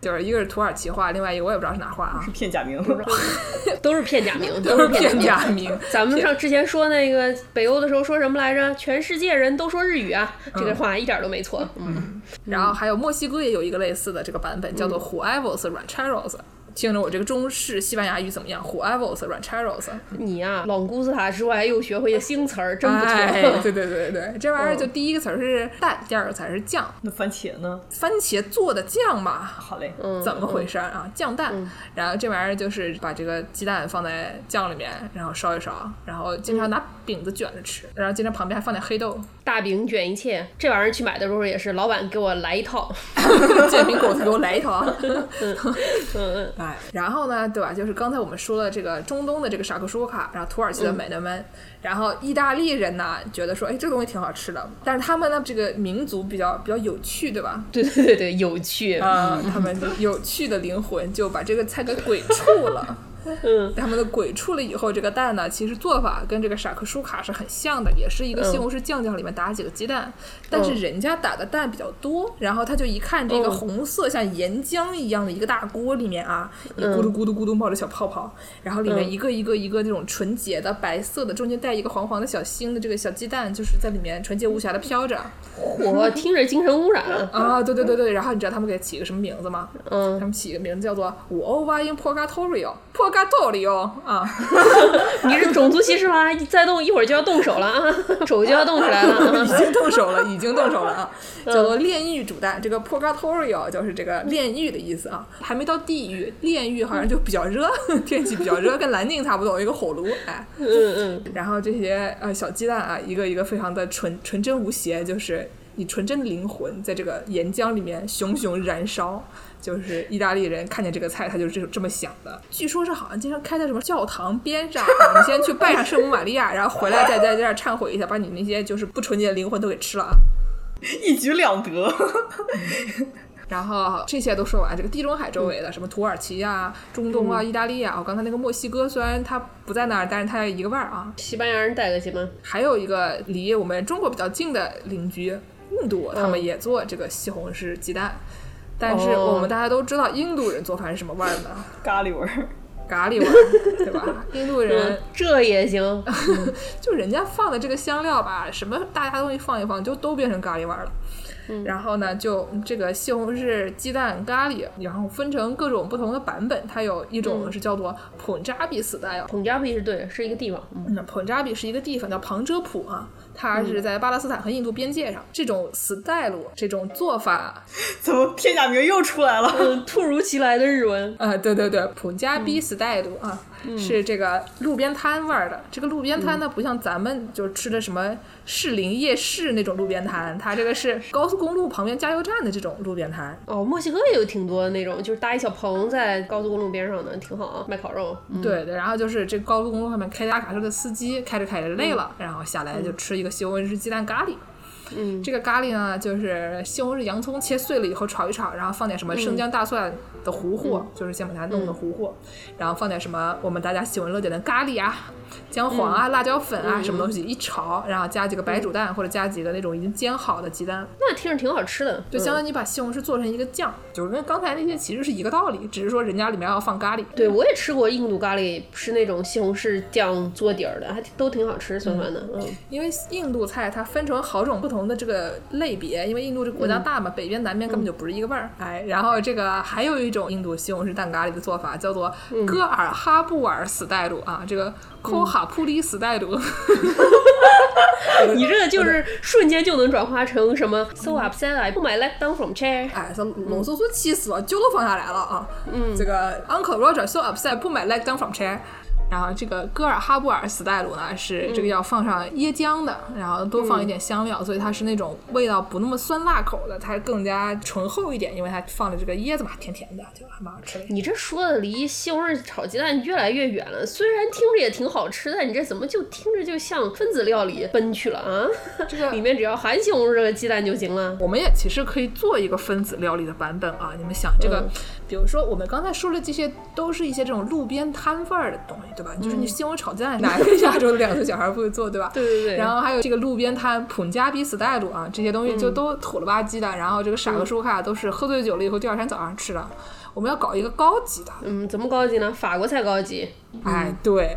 A: 就是一个是土耳其话，另外一个我也不知道是哪话啊，
B: 片假名，
C: 都是片假名，
A: 都
C: 都
A: 是
C: 是
A: 片
C: 片名。
A: 假名。
C: 咱们上之前说那个北欧的时候说什么来着？全世界人都说日语啊，这个话一点都没错。嗯，
A: 嗯然后还有墨西哥也有一个类似的这个版本，叫做 Huevos Rancheros，听着我这个中式西班牙语怎么样？Huevos rancheros，
C: 你啊呀、罔顾自他之外，又学会了新词儿，真不错。
A: 哎， 对对对对，这玩意儿就第一个词儿是蛋，第二个词儿是酱，
B: 那番茄呢？
A: 番茄做的酱嘛。
B: 好嘞，
C: 嗯，
A: 怎么回事儿啊？酱蛋，然后这玩意儿就是把这个鸡蛋放在酱里面，然后烧一烧，然后经常拿饼子卷着吃，然后经常旁边还放点黑豆，
C: 大饼卷一切，这玩意儿去买的时候也是，老板给我来一套。
A: 煎饼果子给我来一套啊。
C: 嗯
A: 哎，然后呢，对吧？就是刚才我们说了这个中东的这个沙克舒卡，然后土耳其的
C: 嗯
A: 美德门，然后意大利人呢觉得说，哎，这东西挺好吃的，但是他们呢这个民族比较比较有趣，对吧？
C: 对对对对，有趣。
A: 啊、他们就有趣的灵魂就把这个菜给鬼畜了。
C: 嗯，
A: 他们的鬼畜了以后，这个蛋呢，其实做法跟这个傻克舒卡是很像的，也是一个西
C: 嗯
A: 红柿酱酱里面打几个鸡蛋，但是人家打的蛋比较多，然后他就一看这个
C: 嗯
A: 红色像岩浆一样的一个大锅里面啊，一咕嘟咕嘟咕嘟冒着小泡泡，然后里面
C: 嗯
A: 一个一个一个那种纯洁的白色的，中间带一个黄黄的小星的这个小鸡蛋，就是在里面纯洁无瑕的飘着
C: 我听着精神污染。
A: 啊，对对对对，然后你知道他们给起个什么名字吗？
C: 嗯，
A: 他们起个名字叫做“五欧巴因 Purgatorio”，Purgatorio 啊，
C: 你是种族歧视吗？再动一会儿就要动手了啊， 手就要动起来了
A: 已
C: 啊。
A: 经动手了，已经动手了啊，叫做炼狱煮蛋。这个 Purgatorio 就是这个炼狱的意思啊，还没到地狱，炼狱好像就比较热， 天气比较热，跟南京差不多，有一个火炉，哎。
C: 嗯嗯，
A: 然后这些呃小鸡蛋啊，一个一个非常的纯纯真无邪，就是以纯真的灵魂在这个岩浆里面熊熊燃烧。就是意大利人看见这个菜，他就是这这么想的。据说是好像经常开在什么教堂边上，你先去拜上圣母玛利亚，然后回来再在这儿忏悔一下，把你那些就是不纯洁的灵魂都给吃了啊。
B: 一举两得。
A: 然后这些都说完，这个地中海周围的、什么土耳其啊、中东啊、意大利啊，我、刚才那个墨西哥虽然它不在那儿，但是它一个腕儿啊，
C: 西班牙人带过去吗？
A: 还有一个离我们中国比较近的邻居印度，他们也做这个西红柿鸡蛋，但是
C: 哦
A: 我们大家都知道印度人做饭是什么味儿呢？
B: 咖喱味儿，
A: 咖喱味儿，对吧？印度人
C: 嗯，这也行。
A: 就人家放的这个香料吧，什么大家东西放一放，就都变成咖喱味儿了。然后呢，就这个西红柿鸡蛋咖喱，然后分成各种不同的版本。它有一种是叫做普扎比哦 style，
C: 彭加比是对，是一个地方。嗯
A: 那普扎比是一个地方叫旁遮普啊，它是在巴勒斯坦和印度边界上。这种 style 这种做法，
B: 怎么片假名又出来了？
C: 嗯，突如其来的日文。
A: 啊，对对对，普加比 style 啊，是这个路边摊味儿的。这个路边摊呢，不像咱们就吃的什么士林夜市那种路边摊，它这个是高速公路旁边加油站的这种路边摊。
C: 哦，墨西哥也有挺多那种，就是搭一小棚在高速公路边上的，挺好啊，卖烤肉。
A: 对对，然后就是这高速公路上面开大卡车的司机，开着开着累了，然后下来就吃一个西红柿鸡蛋咖喱。
C: 嗯，
A: 这个咖喱呢，就是西红柿、洋葱切碎了以后炒一炒，然后放点什么
C: 嗯
A: 生姜、大蒜的糊糊，就是先把它弄的糊糊，
C: 嗯
A: 然后放点什么我们大家喜闻乐见的咖喱啊、姜黄
C: 嗯
A: 啊、辣椒粉啊，什么东西一炒，然后加几个白煮蛋、或者加几个那种已经煎好的鸡蛋，
C: 那听着挺好吃的。
A: 就
C: 嗯
A: 相当于你把西红柿做成一个酱，就是跟刚才那些其实是一个道理，只是说人家里面要放咖喱。
C: 对，我也吃过印度咖喱，是那种西红柿酱做底儿的，还挺都挺好吃，酸酸的。嗯，
A: 因为印度菜它分成好种不同的这个类别，因为印度这个国家大嘛，北边南边根本就不是一个味儿。哎，然后这个还有一种印度西红柿蛋咖喱的做法叫做戈尔哈布尔死带鲁啊，这个科哈普里死带鲁，
C: 你这个就是瞬间就能转化成什么啊 so upset I put my leg down from chair。
A: 哎，这龙叔叔气死了，酒都放下来了啊。嗯，这个 Uncle Roger so upset 不买 leg down from chair。然后这个戈尔哈布尔死带鲁呢，是这个要放上椰浆的，然后多放一点香料，所以它是那种味道不那么酸辣口的，它更加醇厚一点，因为它放了这个椰子嘛，甜甜的，就还蛮好吃的。
C: 你这说的离西红柿炒鸡蛋越来越远了，虽然听着也挺好吃，但你这怎么就听着就向分子料理奔去了啊？
A: 这个
C: 里面只要含西红柿和鸡蛋就行了。
A: 我们也其实可以做一个分子料理的版本啊！你们想这个，
C: 嗯
A: 比如说我们刚才说的这些，都是一些这种路边摊贩儿的东西，对
C: 嗯
A: 吧？就是你西红柿炒鸡蛋，哪个亚洲的两岁小孩不会做，对吧？
C: 对对对
A: 然后还有这个路边摊普加比 style 啊，这些东西就都土了吧唧的。然后这个傻个舒卡都是喝醉酒了以后第二天早上吃的。我们要搞一个高级的，
C: 嗯，怎么高级呢？法国菜高级。
A: 哎，对，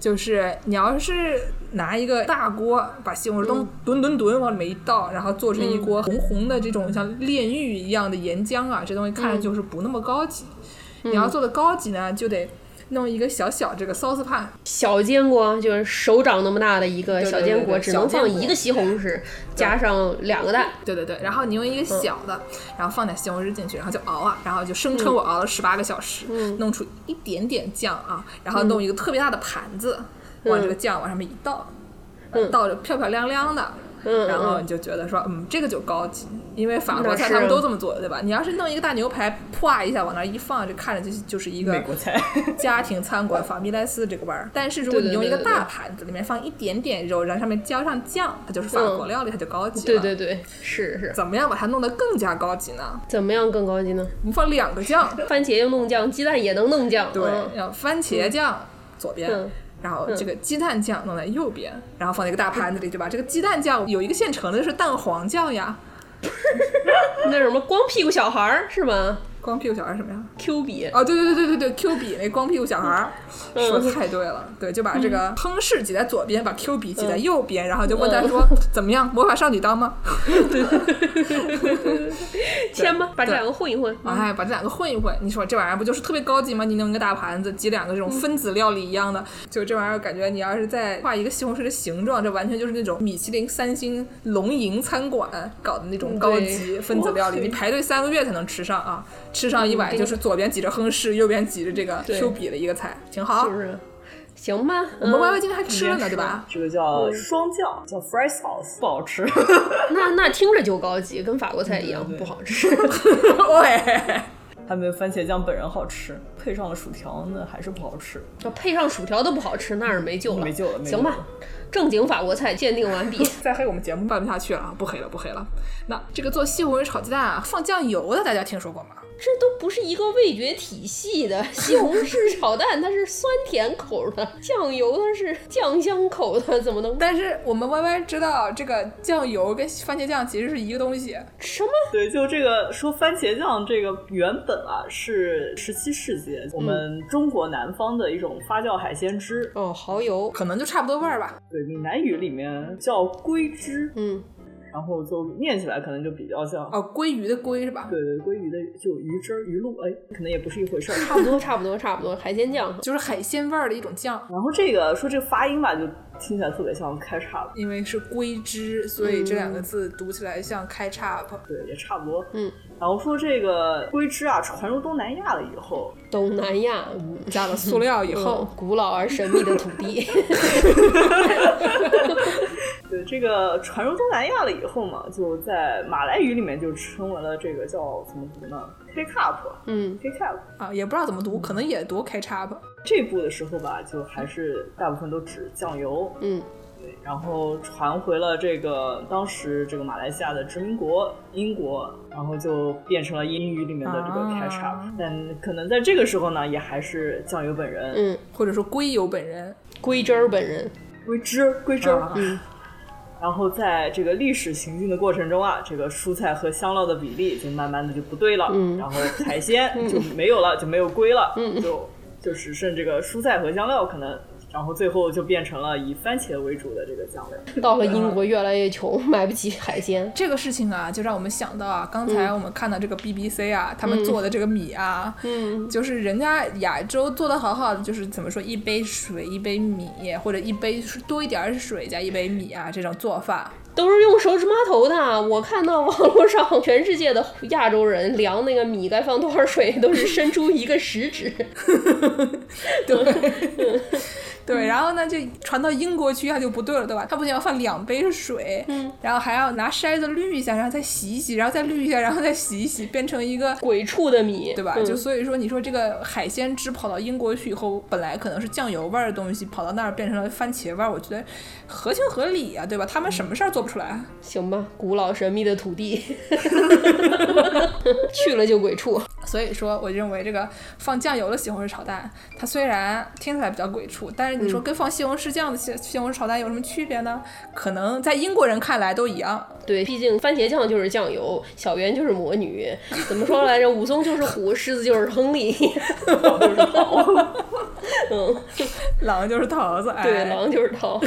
A: 就是你要是拿一个大锅，把西红柿都吨吨吨往里面一倒，然后做成一锅红红的这种像炼狱一样的岩浆啊，这东西看着就是不那么高级。你要做的高级呢，就得弄一个小小这个 saucepan，
C: 小坚果就是手掌那么大的一个
A: 对对
C: 小坚果，
A: 对对
C: 只
A: 小
C: 能
A: 坚
C: 放
A: 果
C: 一个西红柿，加上两个蛋。
A: 对对对，然后你用一个小的，然后放点西红柿进去，然后就熬啊，然后就声
C: 嗯
A: 称我熬了十八个小时，弄出一点点酱啊，然
C: 嗯
A: 后弄一个特别大的盘子，往这个酱往上面一倒，
C: 嗯
A: 倒着漂漂亮亮的。
C: 嗯
A: 然后你
C: 嗯
A: 就觉得说，嗯，这个就高级，因为法
C: 那
A: 国菜
C: 是
A: 他们都这么做，对吧？
C: 嗯
A: 你要是弄一个大牛排，啪一下往那儿一放，这看着就是就是一
B: 美
A: 个
B: 国菜，
A: 家庭餐馆法米莱斯这个味儿。但是如果你
C: 对对
A: 用一个
C: 对对
A: 大盘子，里面放一点点肉，然后上面浇上酱，它就是法
C: 嗯
A: 国料理，它就高级了。
C: 对对对，是是，
A: 怎么样把它弄得更加高级呢？
C: 怎么样更高级呢？
A: 我们放两个酱，
C: 番茄又弄酱，鸡蛋也能弄酱。
A: 对
C: 嗯，
A: 要番茄酱左边
C: 嗯，
A: 然后这个鸡蛋酱弄在右边，然后放在一个大盘子里，对吧？这个鸡蛋酱有一个现成的，就是蛋黄酱呀。
C: 那什么光屁股小孩儿是吗
A: 光屁股小孩什么呀？
C: ？Q 比
A: 哦，对对对对对对，Q 比那光屁股小孩 儿
C: 嗯
A: 说得太对了，对，就把这个亨氏挤在左边，把 Q 比挤
C: 嗯
A: 在右边，然后就问他说 怎么样，魔法少女当吗？
C: 签吧，把这两个混一混。
A: 哎，把这两个混一混，你说这玩意儿不就是特别高级吗？你弄一个大盘子，挤两个这
C: 嗯
A: 种分子料理一样的，就这玩意儿，感觉你要是再画一个西红柿的形状，这完全就是那种米其林三星龙吟餐馆搞的那种高级分子料理，
C: 哇嗯
A: 你排队三个月才能吃上啊！吃上一碗
C: 对
A: 就是左边挤着亨氏，右边挤着这个
C: 对
A: Q 比的一个菜，挺好
B: 哦
C: 就。是，行吧。
A: 我们
C: 嗯
A: Y Y 今天还吃了呢，对吧？
B: 这个叫双酱，叫 f r y 嗯 sauce，不好吃。
C: 那那听着就高级，跟法国菜一样
B: 嗯对对
C: 不好吃。
A: 喂，
B: 还没有番茄酱本人好吃，配上了薯条呢，还是不好吃。
C: 要配上薯条都不好吃，那是没救了。
B: 没救了没
C: 行
B: 救
C: 吧
B: 了，
C: 正经法国菜鉴定 完毕。
A: 再黑我们节目办不下去了啊！不黑了，不黑了。那这个做西红柿炒鸡蛋啊，放酱油的，大家听说过吗？
C: 这都不是一个味觉体系的。西红柿炒蛋它是酸甜口的，酱油它是酱香口的，怎么能
A: 但是我们 Y Y 知道，这个酱油跟番茄酱其实是一个东西。
C: 什么？
B: 对，就这个说番茄酱这个原本啊是十七世纪我们中国南方的一种发酵海鲜汁，
C: 哦，蚝油，
A: 可能就差不多味儿吧。
B: 对，闽南语里面叫龟汁，
C: 嗯，
B: 然后就念起来可能就比较像。
A: 哦，鲑鱼的鲑是吧？
B: 对对，鲑鱼的就鱼汁儿、鱼露，哎，可能也不是一回事儿。
C: 差 不多，差不多，差不多，海鲜酱。
A: 就是海鲜味儿的一种酱，
B: 然后这个说这个发音吧，就听起来特别像开叉了，
A: 因为是鲑汁，所以这两个字读起来像开叉 p
B: 对，也差不多。
C: 嗯，
B: 然后说这个龟汁啊，传入东南亚了以后，
C: 东南亚，嗯
A: 加了塑料以
C: 嗯
A: 后，
C: 古老而神秘的土地。
B: 对这个传入东南亚了以后嘛，就在马来语里面就称为了这个叫怎么读呢？K cup，K
C: 嗯，
B: cup。
A: 啊，也不知道怎么读，可能也读开叉 p
B: 这步的时候吧，就还是大部分都指酱油，
C: 嗯，
B: 对，然后传回了这个当时这个马来西亚的殖民国英国，然后就变成了英语里面的这个 ketchup，、
A: 啊
B: 但可能在这个时候呢，也还是酱油本人，
C: 嗯，
A: 或者说龟油本人。
C: 龟汁儿本人，
B: 龟汁龟汁儿。
A: 啊
C: 嗯，
B: 然后在这个历史行进的过程中啊，这个蔬菜和香料的比例就慢慢的就不对了，
C: 嗯
B: 然后海鲜就没有了，就没有龟了，就就只剩这个蔬菜和香料可能，然后最后就变成了以番茄为主的这个酱料。
C: 到了英国越来越穷，买不起海鲜。
A: 这个事情啊，就让我们想到啊，刚才我们看到这个 BBC 啊，他们做的这个米啊，
C: 嗯，
A: 就是人家亚洲做的好好的，就是怎么说，一杯水一杯米，或者一杯多一点儿水加一杯米啊，这种做法。
C: 都是用手指码头的。我看到网络上全世界的亚洲人量那个米该放多少水，都是伸出一个食 指。
A: 对， 对，然后呢，就传到英国去，它就不对了，对吧？它不仅要放两杯水，嗯，然后还要拿筛子滤一下，然后再洗一洗，然后再滤一下，然后再洗一洗，变成一个。
C: 鬼畜的米，
A: 对吧？
C: 嗯
A: 就所以说，你说这个海鲜汁跑到英国去以后，本来可能是酱油味儿的东西，跑到那儿变成了番茄味儿，我觉得合情合理啊呀、对吧？他们什么事儿做不出来啊？
C: 行吧，古老神秘的土 地，去了就鬼畜。
A: 所以说，我认为这个放酱油的西红柿炒蛋，它虽然听起来比较鬼畜，但是你说跟放西红柿酱的西西红柿炒蛋有什么区别呢？可能在英国人看来都一样。
C: 对，毕竟番茄酱就是酱油，小圆就是魔女，怎么说来着？武松就是虎，狮子就是亨利。嗯，
A: 狼就是桃子，哎、
C: 对，狼就是桃。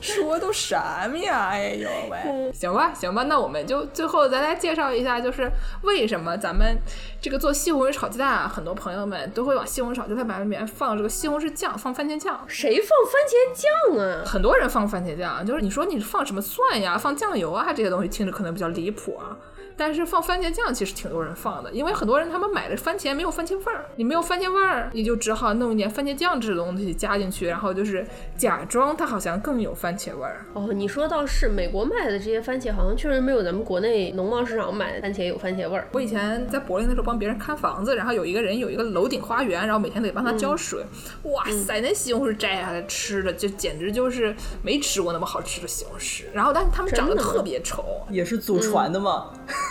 A: 说都什么呀？哎呦喂！行吧，行吧，那我们就最后咱来介绍一下，就是为什么咱们这个做西红柿炒鸡蛋啊，很多朋友们都会往西红柿炒鸡蛋白里面放这个西红柿酱，放番茄酱。
C: 谁放番茄酱啊？
A: 很多人放番茄酱，就是你说你放什么蒜呀，放酱油啊，这些东西听着可能比较离谱啊。但是放番茄酱其实挺多人放的，因为很多人他们买的番茄没有番茄味儿，你没有番茄味儿，你就只好弄一点番茄酱这种东西加进去，然后就是假装它好像更有番茄味儿。
C: 哦，你说倒是，美国卖的这些番茄好像确实没有咱们国内农贸市场买的番茄有番茄味儿。
A: 我以前在柏林的时候帮别人看房子，然后有一个人有一个楼顶花园，然后每天得帮他
C: 嗯
A: 浇水。哇塞，那西红柿摘下来吃的，就简直就是没吃过那么好吃的西红柿。然后，但是他们长得
C: 真的吗
A: 特别丑，
B: 也是祖传的嘛，
A: 祖传的。
B: 嗯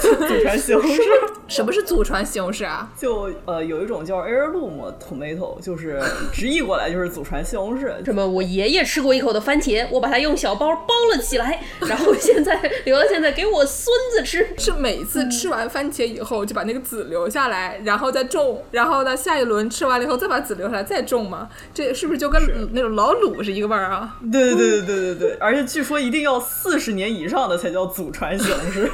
B: 祖传西红柿。
A: 什么是祖传西红柿啊？
B: 就呃有一种叫 heirloom tomato，就是直译过来就是祖传西红柿，
C: 什么？我爷爷吃过一口的番茄，我把它用小包包了起来，然后现在留到现在给我孙子吃。
A: 是每
C: 嗯
A: 次吃完番茄以后就把那个籽留下来，然后再种，然后呢下一轮吃完了以后再把籽留下来再种吗？这是不是就跟那种老卤是一个味儿啊？
B: 对对对对对对对，而且据说一定要四十年以上的才叫祖传西红柿，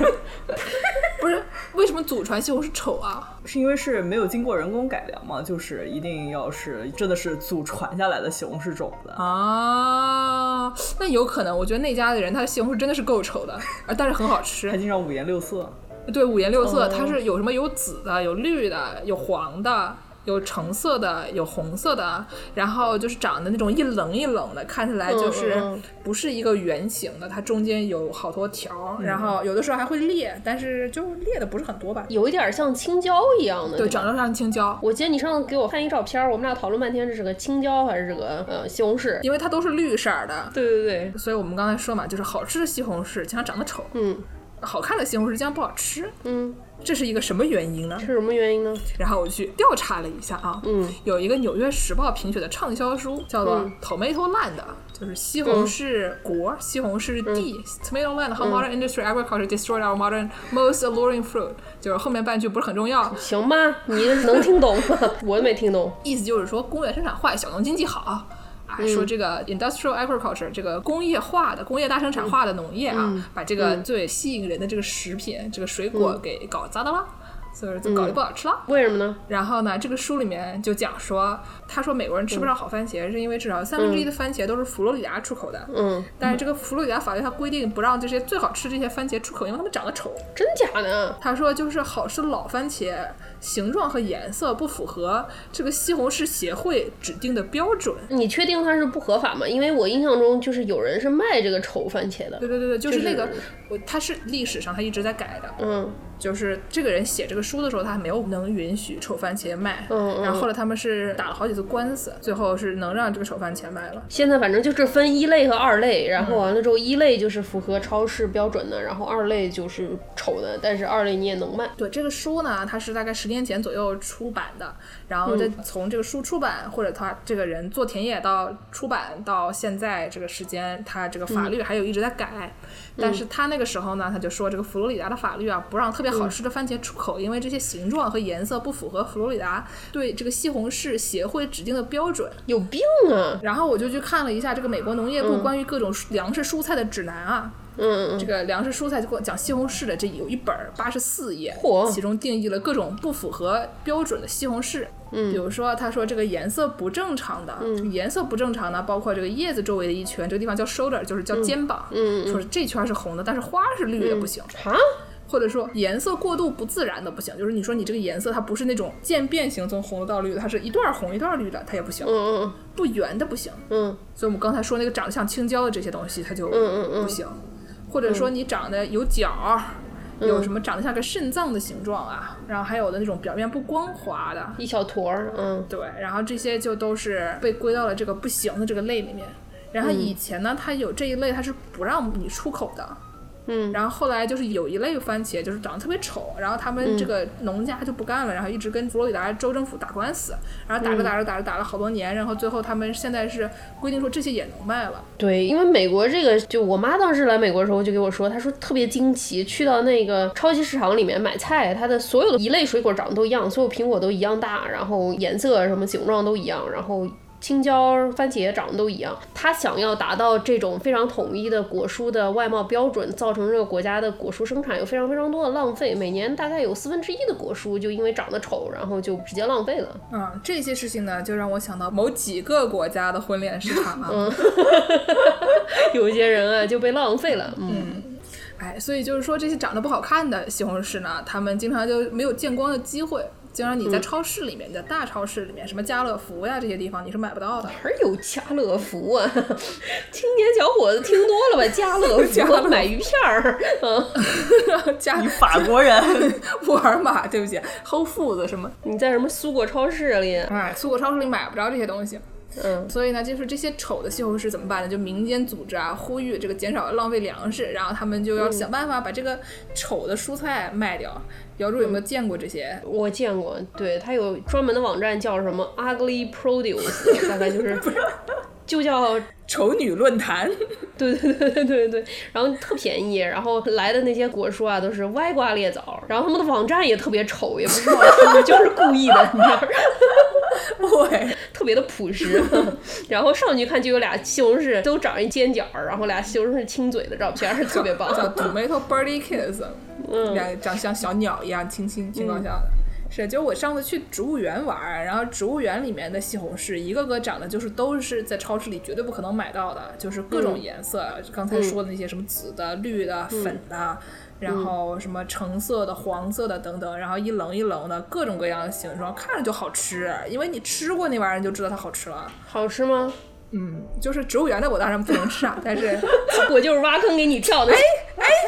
A: 不是，为什么祖传西红柿丑啊？
B: 是因为是没有经过人工改良嘛，就是一定要是真的是祖传下来的西红柿种子。
A: 啊，那有可能，我觉得那家的人他的西红柿真的是够丑的，啊，但是很好吃
C: 哎
B: 还。经常五颜六色，
A: 对，五颜六
C: 哦
A: 色，它是有什么有紫的，有绿的，有黄的，有橙色的，有红色的，然后就是长得那种一棱一棱的，看起来就是
C: 嗯嗯
A: 不是一个圆形的，它中间有好多条儿，
C: 嗯
A: 然后有的时候还会裂，但是就裂的不是很多吧。
C: 有一点像青椒一样的。
A: 对，
C: 吧
A: 长得像青椒，
C: 我记得你上次给我看一照片儿，我们俩讨论半天，这是个青椒还是这个呃西红柿？
A: 因为它都是绿色儿的，
C: 对对对，
A: 所以我们刚才说嘛，就是好吃的西红柿经常长得丑，
C: 嗯
A: 好看的西红柿经常不好吃，
C: 嗯，
A: 这是一个什么原因呢？
C: 是什么原因呢？
A: 然后我去调查了一下啊，
C: 嗯，
A: 有一个《纽约时报》评选的畅销书，叫做
C: 嗯
A: 《Tomato Land》，就是西红柿国、西红柿地。Tomato
C: 嗯
A: Land: How modern industry agriculture destroyed our modern most alluring fruit，就是后面半句不是很重要，
C: 行吧，你能听懂吗？ 我没听懂。
A: 意思就是说工业生产坏，小农经济好啊。说这个 industrial agriculture 这个工业化的、工业大生产化的农业啊，把这个最吸引人的这个食品、这个水果给搞砸的了，所以就搞得不好吃了。
C: 为什么呢？
A: 然后呢，这个书里面就讲说，他说美国人吃不上好番茄，是因为至少三分之一的番茄都是佛罗里达出口的。
C: 嗯，
A: 但是这个佛罗里达法律它规定不让这些最好吃这些番茄出口，因为它们长得丑。
C: 真假的？
A: 他说就是好吃的老番茄形状和颜色不符合这个西红柿协会指定的标准。
C: 你确定它是不合法吗？因为我印象中就是有人是卖这个丑番茄的
A: 对。对对对，就是
C: 就是
A: 那个，我他是历史上他一直在改的，
C: 嗯
A: 就是这个人写这个书的时候，他还没有能允许丑番茄卖，
C: 嗯嗯
A: 然后后来他们是打了好几次官司，最后是能让这个丑番茄卖了。
C: 现在反正就是分一类和二类，然后完了之后，一类就是符合超市标准的，然后二类就是丑的，但是二类你也能卖。
A: 对这个书呢，它是大概十年前左右出版的，然后这从这个书出版、或者他这个人做田野到出版到现在这个时间，他这个法律还有一直在改。但是他那个时候呢，他就说这个佛罗里达的法律啊，不让特别好吃的番茄出口，因为这些形状和颜色不符合佛罗里达对这个西红柿协会指定的标准。
C: 有病啊！
A: 然后我就去看了一下这个美国农业部关于各种粮食蔬菜的指南啊，
C: 嗯，
A: 这个粮食蔬菜就讲西红柿的，这有一本八十四页
C: 嚯，
A: 其中定义了各种不符合标准的西红柿。嗯，比如说他说这个颜色不正常的，这个颜色不正常呢，包括这个叶子周围的一圈，这个地方叫 shoulder，就是叫肩膀。嗯，说是这圈是红的，但是花是绿的不行。
C: 哈，
A: 或者说颜色过度不自然的不行，就是你说你这个颜色它不是那种渐变型，从红的到绿的，它是一段红一段绿的，它也不行。
C: 嗯嗯
A: 不圆的不行。
C: 嗯，
A: 所以我们刚才说那个长得像青椒的这些东西，它就
C: 嗯嗯
A: 不行。或者说你长得有角儿，有
C: 嗯
A: 什么长得像个肾脏的形状啊，然后还有的那种表面不光滑的，
C: 一小坨儿，嗯
A: 对，然后这些就都是被归到了这个不行的这个类里面。然后以前呢，它有这一类它是不让你出口的。
C: 嗯
A: 然后后来就是有一类番茄，就是长得特别丑，然后他们这个农家就不干了，然后一直跟佛罗里达州政府打官司，然后打着打着打着打了好多年，然后最后他们现在是规定说这些也能卖了。
C: 对，因为美国这个，就我妈当时来美国的时候就给我说，她说特别惊奇，去到那个超级市场里面买菜，它的所有的一类水果长得都一样，所有苹果都一样大，然后颜色什么形状都一样，然后。青椒、番茄长得都一样。他想要达到这种非常统一的果蔬的外貌标准，造成这个国家的果蔬生产有非常非常多的浪费，每年大概有四分之一的果蔬就因为长得丑，然后就直接浪费了。
A: 嗯，这些事情呢，就让我想到某几个国家的婚恋市场啊。
C: 有一些人啊就被浪费了，嗯，
A: 哎，所以就是说这些长得不好看的西红柿呢，他们经常就没有见光的机会。经常你在超市里面，在大超市里面，什么家乐福呀这些地方，你是买不到的。
C: 哪儿有家乐福啊？ 青年小伙子听多了吧？家乐
A: 家乐
C: 福
A: 福
C: 买鱼片儿，嗯，
A: 家
B: 你法国人，
A: 沃尔玛，对不起，Whole Foods 什么，
C: 你在什么苏果超市里？
A: 哎，苏果超市里买不着这些东西。
C: 嗯，
A: 所以呢，就是这些丑的西红柿怎么办呢？就民间组织啊，呼吁这个减少浪费粮食，然后他们就要想办法把这个丑的蔬菜卖掉。姚柱有没有见过这些？
C: 我见过，对，它有专门的网站叫什么 Ugly Produce，大概就是。就叫
A: 丑女论坛，
C: 对对对对对对，然后特便宜，然后来的那些果蔬啊都是歪瓜裂枣，然后他们的网站也特别丑，也不知道是不是就是故意的，你知道吗，
A: 对，
C: 特别的朴 实。然后上去看就有俩西红柿都长一尖角儿，然后俩西红柿亲嘴的照片儿，特别棒。
A: 叫 Tomato Birdie Kiss，两长像小鸟一样轻轻轻高笑的。是，就我上次去植物园玩儿，然后植物园里面的西红柿，一个个长得就是都是在超市里绝对不可能买到的，就是各种颜色，啊刚才说的那些什么紫的、绿的、粉的，然后什么橙色的、黄色的等等，然后一棱一棱的各种各样的形状，看着就好吃，因为你吃过那玩意儿，你就知道它好吃了。
C: 好吃吗？
A: 嗯，就是植物园的我当然不能 吃啊，但是
C: 我就是挖坑给你跳的。哎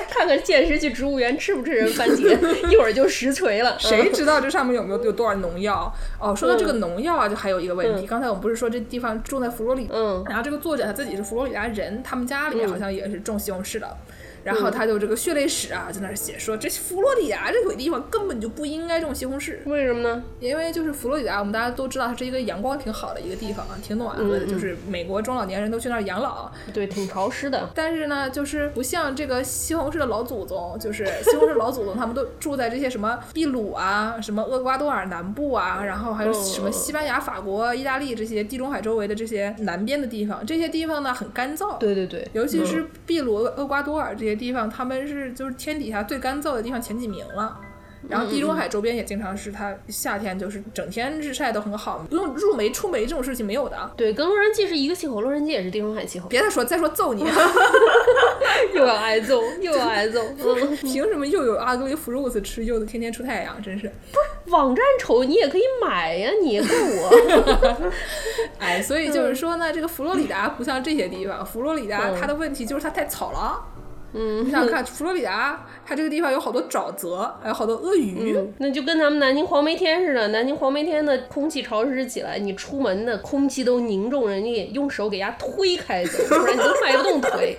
C: 看看见识去植物园吃不吃人番 茄，一会儿就实锤 了。
A: 谁知道这上面有没有有多少农药？哦，说到这个农药啊，就还有一个问题。刚才我们不是说这地方住在佛罗里，
C: 嗯
A: 然后这个作者他自己是佛罗里达人，他们家里面好像也是种西红柿的。然后他就这个血泪史啊，在那儿写说，这佛罗里达这鬼地方根本就不应该种西红柿，
C: 嗯？为什么呢？
A: 因为就是佛罗里达，我们大家都知道它是一个阳光挺好的一个地方啊，挺暖和的，就是美国中老年人都去那儿养老。
C: 对，挺潮湿的。
A: 但是呢，就是不像这个西红柿的老祖宗，就是西红柿老祖宗，他们都住在这些什么秘鲁啊、什么厄瓜多尔南部啊，然后还有什么西班牙、法国、意大利这些地中海周围的这些南边的地方。这些地方呢很干燥，
C: 对对对，
A: 尤其是秘鲁、厄瓜多尔这些地方，他们是就是天底下最干燥的地方前几名了。然后地中海周边也经常是它夏天就是整天日晒都很好，不用入梅出梅这种事情没有的啊。
C: 对，跟洛杉矶是一个气候，洛杉矶也是地中海气候，
A: 别再说，再说揍你！ 啊
C: 又要挨揍，又要挨 揍。嗯，
A: 凭什么又有 ugly fruits 吃，又天天出太阳？真是，
C: 网站丑你也可以啊买呀，你看 我。
A: 哎，所以就是说呢，这个佛罗里达不像这些地方，佛罗里达它的问题就是它太草了。嗯，你想看佛罗里达，它这个地方有好多沼泽，还有好多鳄鱼。
C: 那就跟咱们南京黄梅天似的，南京黄梅天的空气潮湿起来，你出门的空气都凝重，人家也用手给它推开走，不然你都迈不动腿。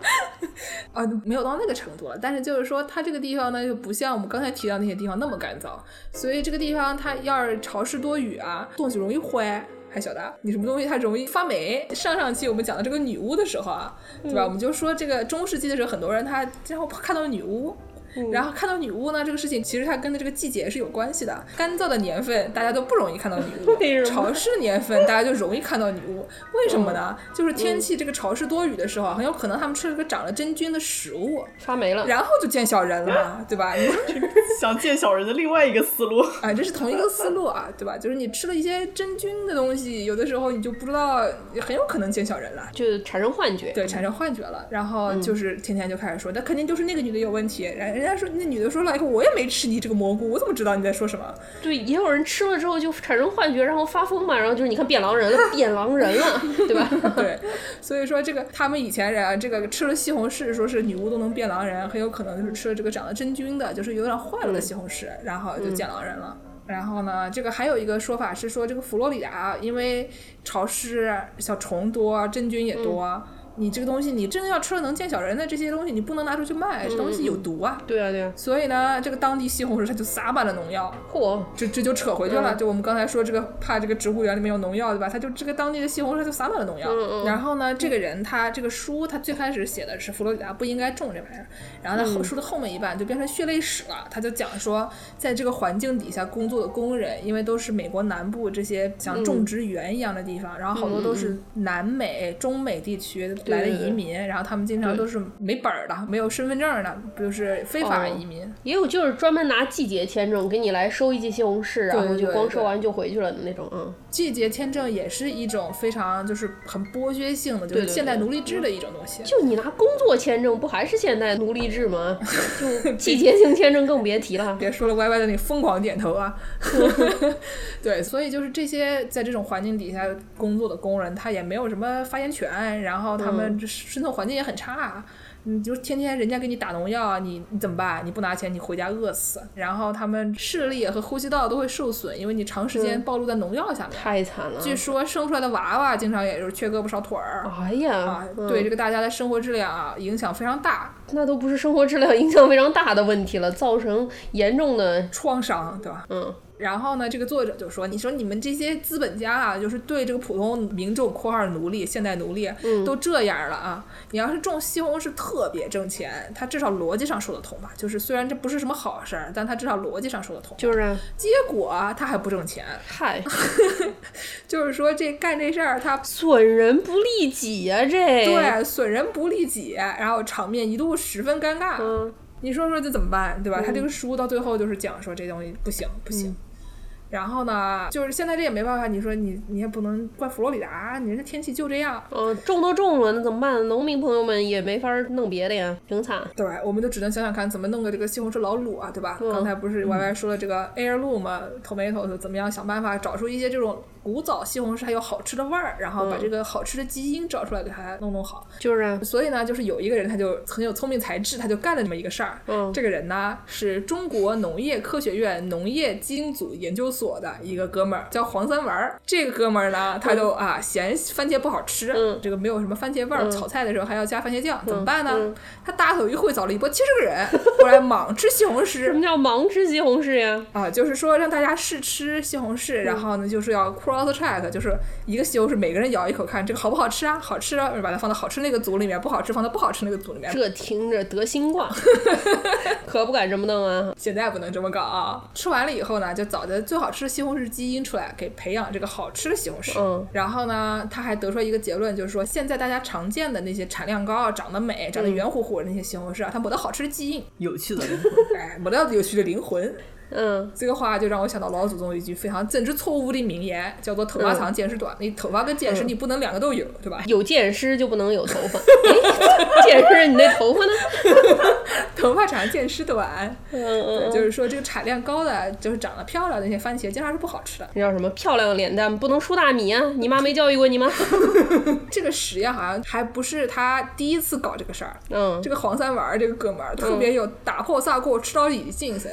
A: 啊，没有到那个程度了，但是就是说，它这个地方呢，就不像我们刚才提到那些地方那么干燥，所以这个地方它要是潮湿多雨啊，东西容易坏。还晓得你什么东西它容易发霉？上上期我们讲到这个女巫的时候啊，
C: 嗯
A: 对吧？我们就说这个中世纪的时候，很多人他然后看到女巫，
C: 嗯
A: 然后看到女巫呢，这个事情其实它跟这个季节是有关系的。干燥的年份大家都不容易看到女
C: 为
A: 巫，
C: 什么哦
A: 潮湿年份 大家就容易看到女巫。为什么呢？就是天气这个潮湿多雨的时候啊，很有可能他们吃了个长了真菌的食物，
C: 发霉了。
A: 然后就见小人了嘛，对吧？你
B: 想见小人的另外一个思路。
A: 啊，这是同一个思路啊，对吧？就是你吃了一些真菌的东西，有的时候你就不知道，很有可能见小人了。
C: 就产生幻觉，
A: 对，产生幻觉了，然后就是天天就开始说，那肯定就是那个女的有问题。然人家说那女的说了，哎我也没吃你这个蘑菇，我怎么知道你在说什么？
C: 对，也有人吃了之后就产生幻觉，然后发疯嘛，然后就是你看变狼人了，变狼人 了，对吧？
A: 对，所以说这个他们以前人啊，这个吃了西红柿，说是女巫都能变狼人，很有可能就是吃了这个长了真菌的，就是有点坏了的西红柿，然后就见狼人了。然后呢，这个还有一个说法啊是说，这个佛罗里达因为潮湿，小虫多，真菌也多。你这个东西你真的要吃了能见小人的这些东西，你不能拿出去卖，这东西有毒啊。
C: 对啊对啊，
A: 所以呢，这个当地西红柿它就撒满了农药，
C: 嚯，
A: 这这就扯回去了。
C: 嗯
A: 就我们刚才说这个怕这个植物园里面有农药，对吧？他就这个当地的西红柿就撒满了农药。
C: 嗯嗯
A: 然后呢，这个人他这个书他最开始写的是佛罗里达不应该种这玩意儿，然后他
C: 嗯
A: 后书的后面一半就变成血泪史了。他就讲说，在这个环境底下工作的工人，因为都是美国南部这些像
C: 嗯
A: 种植园一样的地方，然后好多都是南美、中美地区来的
C: 对对对
A: 移民，然后他们经常都是没本儿的、没有身份证的，不就是非法
C: 哦
A: 移民。
C: 也有就是专门拿季节签证给你来收一季西红柿，然后
A: 对
C: 就
A: 对
C: 光
A: 对
C: 收完就回去了的那种，嗯，
A: 季节签证也是一种非常就是很剥削性的，就
C: 对
A: 是
C: 对嗯
A: 现代奴隶制的一种东西。
C: 就你拿工作签证不还是现代奴隶 制吗？就季节性签证更别提了。
A: 别说了歪歪的，你疯狂点头 啊！对，所以就是这些在这种环境底下工作的工人，他也没有什么发言权，然后他
C: 嗯
A: 们这生存环境也很差。你就天天人家给你打农药，你你怎么办？你不拿钱，你回家饿死。然后他们视力和呼吸道都会受损，因为你长时
C: 嗯
A: 间暴露在农药下面。
C: 太惨了！
A: 据说生出来的娃娃经常也就是缺胳膊少腿儿，
C: 哎呀，
A: 啊，
C: 嗯
A: 对这个大家的生活质量啊影响非常大，
C: 那都不是生活质量影响非常大的问题了，造成严重的，
A: 创伤，对吧？
C: 嗯，
A: 然后呢，这个作者就说：“你说你们这些资本家啊，就是对这个普通民众（括号奴隶、现代奴隶）
C: 嗯
A: 都这样了啊！你要是种西红柿特别挣钱，他至少逻辑上说得通吧？就是虽然这不是什么好事儿，但他至少逻辑上说得通。
C: 就是啊
A: 结果啊他还不挣钱，
C: 嗨，
A: 就是说这干这事儿他
C: 损人不利己呀、这，
A: 对，损人不利己，然后场面一度十分尴尬。
C: 嗯
A: 你说说这怎么办，对吧？他这个书到最后就是讲说这东西不行，不行。然后呢，就是现在这也没办法，你说你你也不能怪佛罗里达，你这天气就这样。
C: 嗯，种都种了，那怎么办？农民朋友们也没法儿弄别的呀，挺惨。
A: 对，我们就只能想想看怎么弄个这个西红柿老卤啊，对吧？刚才不是 Y Y 说的这个 heirloom tomatoes 怎么样想办法找出一些这种古早西红柿还有好吃的味儿，然后把这个好吃的基因找出来给它弄弄好。
C: 就是啊，
A: 所以呢，就是有一个人，他就很有聪明才智，他就干了这么一个事儿。
C: 嗯
A: 这个人呢是中国农业科学院农业基因组研究所的一个哥们儿，叫黄三玩儿。这个哥们儿呢，他就、啊嫌番茄不好吃，
C: 嗯
A: 这个没有什么番茄味儿，炒菜的时候还要加番茄酱，怎么办呢？
C: 嗯
A: 他大手一挥，找了一波七十个人过来莽吃西红
C: 什
A: 柿
C: 么。叫盲吃西红柿呀？
A: 啊，就是说让大家试吃西红柿，
C: 嗯
A: 然后呢，就是要 cross check，就是一个西红柿，每个人咬一口看这个好不好吃啊，好吃啊，把它放到好吃那个组里面，不好吃放到不好吃那个组里面。
C: 这听着得 新冠，可不敢这么弄啊！
A: 现在不能这么搞啊！吃完了以后呢，就找着最好吃的西红柿基因出来，给培养这个好吃的西红柿。
C: 嗯
A: 然后呢，他还得出来一个结论，就是说现在大家常见的那些产量高、啊长得美、长得圆乎乎的那些西红柿啊，它没得好吃的基 因，
B: 有趣的灵魂。
A: 哎，没得有趣的灵魂。
C: 嗯，
A: 这个话就让我想到老祖宗一句非常政治错误的名言，叫做“头发长见识短”。你头发跟见
C: 嗯
A: 识，你不能两个都有，对 吧？
C: 有见识就不能有头发。 哎，见识你那头发呢？
A: 头发长见识短，
C: 嗯
A: 对
C: 嗯，
A: 就是说这个产量高的，就是长得漂亮的那些番茄，经常是不好吃的。
C: 那叫什么？漂亮脸蛋不能输大米啊！你妈没教育过你吗？
A: 这个实验好像还不是他第一次搞这个事儿。
C: 嗯
A: 这，个黄三玩儿这个哥们儿特别有打破砂锅吃到底的精神。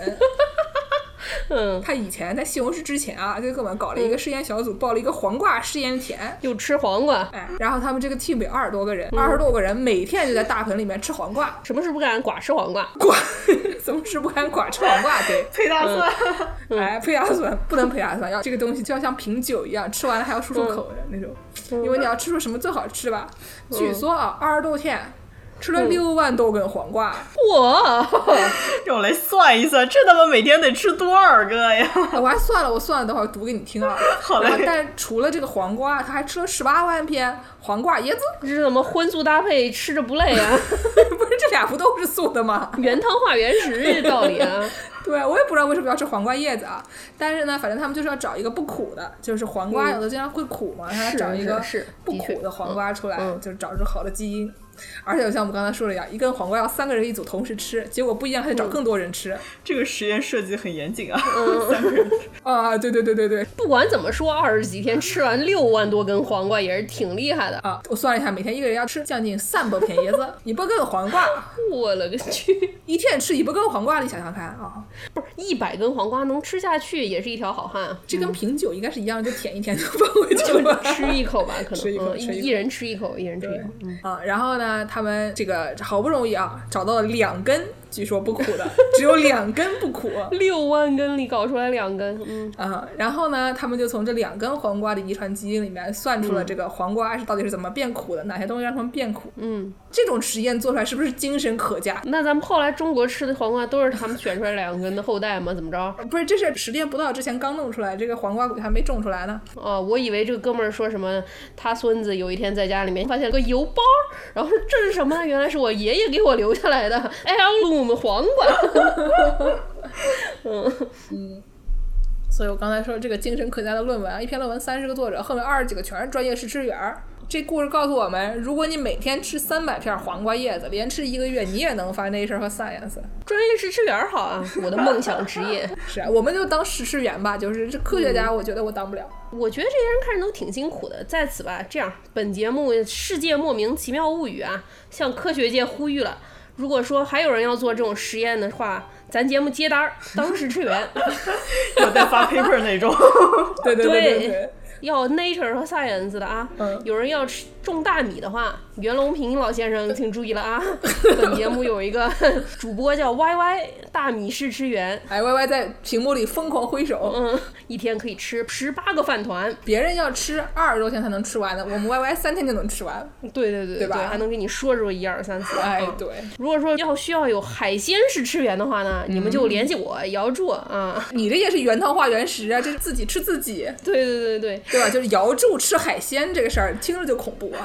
C: 嗯，
A: 他以前在西红柿之前啊，这个哥们儿搞了一个实验小组，报了一个黄瓜实验田。
C: 又吃黄瓜，
A: 哎，然后他们这个 team 有二十多个人，二十多个人每天就在大棚里面吃黄瓜，
C: 什么是不敢寡吃黄瓜？
A: 瓜 怎么吃不敢管吃黄瓜？对，
B: 配大蒜，
A: 哎，胚芽酸不能胚芽酸，要这个东西就要像品酒一样，吃完了还要漱漱口的那种，因为你要吃出什么最好吃吧。据说啊，二十多天吃了六万多根黄瓜，
C: 哇，
B: 让我来算一算，这他妈每天得吃多少个呀？
A: 哎我还算了，我算了，等会儿读给你听 啊。
B: 好嘞
A: 然后但除了这个黄瓜，他还吃了十八万片黄瓜椰子，
C: 这是怎么荤素搭配，吃着不累啊？
A: 不是这俩不都是素的吗？
C: 原汤化原食这道理啊，
A: 对，我也不知道为什么要吃黄瓜叶子啊。但是呢，反正他们就是要找一个不苦的，就是黄瓜有的经常会苦嘛，他要
C: 嗯是
A: 找一个
C: 是是
A: 不
C: 的确
A: 苦的黄瓜出来，
C: 嗯
A: 就是找出好的基因。而且就像我们刚才说的一样，一根黄瓜要三个人一组同时吃，结果不一样还
C: 嗯
A: 得找更多人吃。
B: 这个实验设计很严谨啊，三个人吃
A: 啊，对对对对对
C: 不管怎么说，二十几天吃完六万多根黄瓜也是挺厉害的。
A: 啊！我算了一下，每天一个人要吃将近三百片椰子，一百根黄瓜，
C: 我勒个去！
A: 一天吃一百根黄瓜，你想想看啊，
C: 不是一百根黄瓜能吃下去，也是一条好汉啊。
A: 这跟品酒应该是一样，就舔一舔就放回去 了。
C: 吃一口吧，可能
A: 吃一口
C: 嗯
A: 吃一口
C: 一人吃一口，一人吃一口。嗯
A: 啊，然后呢，他们这个好不容易啊找到了两根，据说不苦的， 只有两根不苦。
C: 六万根里搞出来两根，嗯，
A: 啊、然后呢，他们就从这两根黄瓜的遗传基因里面算出了这个黄瓜是到底是怎么变苦的，哪些东西让它们变苦。
C: 嗯，
A: 这种实验做出来是不是精神可嘉？
C: 那咱们后来中国吃的黄瓜都是他们选出来两根的后代吗？怎么着？
A: 不是，这是十年不到之前刚弄出来，这个黄瓜骨还没种出来呢。
C: 哦，我以为这个哥们儿说什么，他孙子有一天在家里面发现了个邮包，然后说这是什么呢？原来是我爷爷给我留下来的哎 heirloom 黄瓜。 嗯
A: 所以我刚才说这个精神可嘉的论文啊，一篇论文三十个作者，后面二十几个全是专业试吃员儿。这故事告诉我们，如果你每天吃三百片黄瓜叶子，连吃一个月，你也能 financial 和 science。
C: 专业试吃员儿好啊，我的梦想职业。
A: 是啊，我们就当试吃员吧，就是这科学家，我觉得我当不了。
C: 我觉得这些人看着都挺辛苦的。在此吧，这样，本节目《世界莫名其妙物语》啊，向科学界呼吁了。如果说还有人要做这种实验的话，咱节目接单儿，当试吃员，
B: 有在发 paper 那种。
A: 对对对对
C: 对
A: 对，
C: 要 Nature 和 Science 的啊。
A: 嗯
C: 有人要吃种大米的话，袁隆平老先生请注意 了啊。本节目有一个 主播叫 YY 大米试吃员，
A: 哎，Y Y 在屏幕里疯狂挥手，
C: 嗯，一天可以吃十八个饭团。
A: 别人要吃二十多天才能吃完的，我们 Y Y 三天就能吃完。
C: 对对对
A: 对吧
C: 还能给你说出一二三四。
A: 哎
C: 嗯，
A: 对，
C: 如果说要需要有海鲜试吃员的话呢，你们就联系
A: 嗯
C: 我姚柱啊。
A: 你这也是原汤化原食啊，这是自己吃自己，
C: 对对对对，
A: 对吧？就是瑶柱吃海鲜这个事儿，听着就恐怖啊。。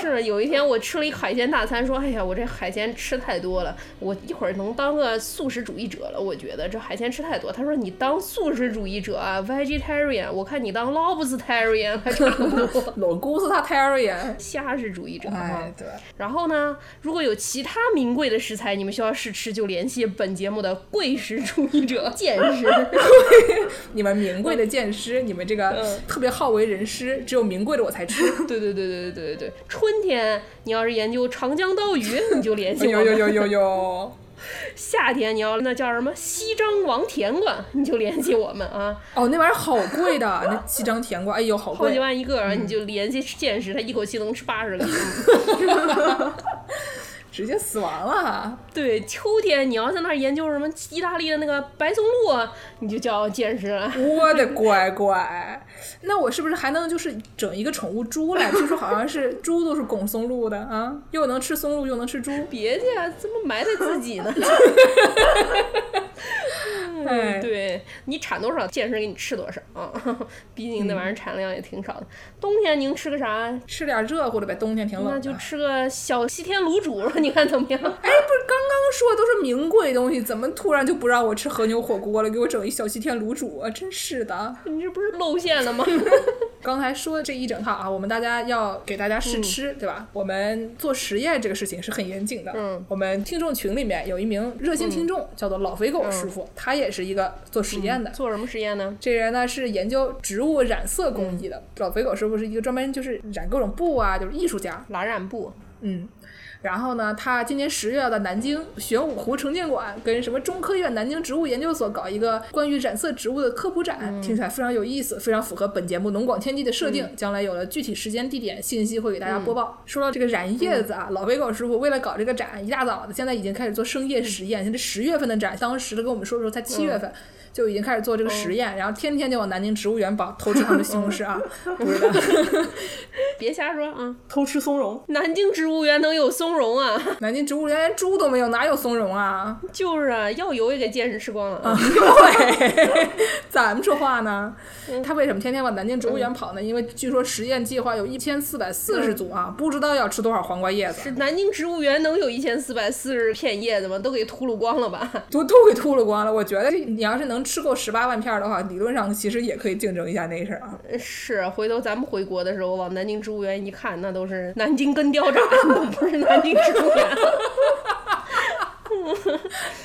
C: 是有一天我吃了一海鲜大餐，说哎呀，我这海鲜吃太多了，我一会儿能当个素食主义者了。我觉得这海鲜吃太多。他说你当素食主义者啊，vegetarian，我看你当 lobsterian 还差不多
A: 老姑是他 Terry，啊
C: 虾食主义者啊
A: 哎，，对，
C: 然后呢，如果有其他名贵的食材，你们需要试吃，就联系本节目的贵食主义者见识。
A: 你们名贵的剑师，你们这个特别好为人师，只有名贵的我才吃。
C: 对对对对对对对对，春天你要是研究长江刀鱼，你就联系我
A: 有
C: 们；
A: 有有有有，
C: 夏天你要那叫什么西张王甜瓜，你就联系我们啊，
A: 哦，那玩意儿好贵的， 那七张甜瓜，哎呦，好
C: 好几
A: 贵。
C: 万一个，你就联系现实，他一口气能吃八十个。
A: 直接死亡了！
C: 对，秋天你要在那儿研究什么意大利的那个白松露啊，你就叫见识了。
A: 我的乖乖，那我是不是还能就是整一个宠物猪来？据说好像是猪都是拱松露的啊，又能吃松露又能吃猪。
C: 别介，怎么埋汰自己呢？
A: 哎，
C: 对你产多少，见识给你吃多少啊！ 毕竟那玩意儿产量也挺少的。冬天您吃个啥？
A: 吃点热乎的呗，冬天挺冷的。
C: 那就吃个小西天卤煮，你看怎么样？
A: 哎，不是刚刚说都是名贵东西，怎么突然就不让我吃和牛火锅了？给我整一小西天卤煮啊！真是的。
C: 你这不是露馅了吗？
A: 刚才说这一整套啊，我们大家要给大家试吃，对吧？我们做实验这个事情是很严谨的。
C: 嗯，
A: 我们听众群里面有一名热心听众，叫做老肥狗师傅，他也是一个做实验的。
C: 做什么实验呢？
A: 这人呢是研究植物染色工艺的，老肥狗师傅是一个专门就是染各种布啊，就是艺术家。
C: 拉染布，
A: 嗯，然后呢，他今年十月要在南京玄武湖城建馆跟什么中科院南京植物研究所搞一个关于染色植物的科普展，听起来非常有意思，非常符合本节目《农广天地》的设定。将来有了具体时间、地点信息，会给大家播报。说到这个染叶子啊，老肥狗师傅为了搞这个展，一大早的现在已经开始做生叶实验，现在十月份的展，当时跟我们说的时候才七月份。就已经开始做这个实验，然后天天就往南京植物园跑，偷吃他们的西红柿啊！不是的，
C: 别瞎说啊！
B: 偷吃松茸，
C: 南京植物园能有松茸啊？
A: 南京植物园连猪都没有，哪有松茸啊？
C: 就是啊，药油也给健士吃光了 啊！
A: 对，咱们说话呢？他为什么天天往南京植物园跑呢？因为据说实验计划有一千四百四十组啊，不知道要吃多少黄瓜叶子，
C: 这南京植物园能有一千四百四十片叶子吗？都给秃噜光了吧？
A: 都都给秃噜光了。我觉得你要是能吃够十八万片儿的话，理论上其实也可以竞争一下那事儿啊。
C: 是，回头咱们回国的时候往南京植物园一看，那都是南京根雕展。我 不是南京出来的。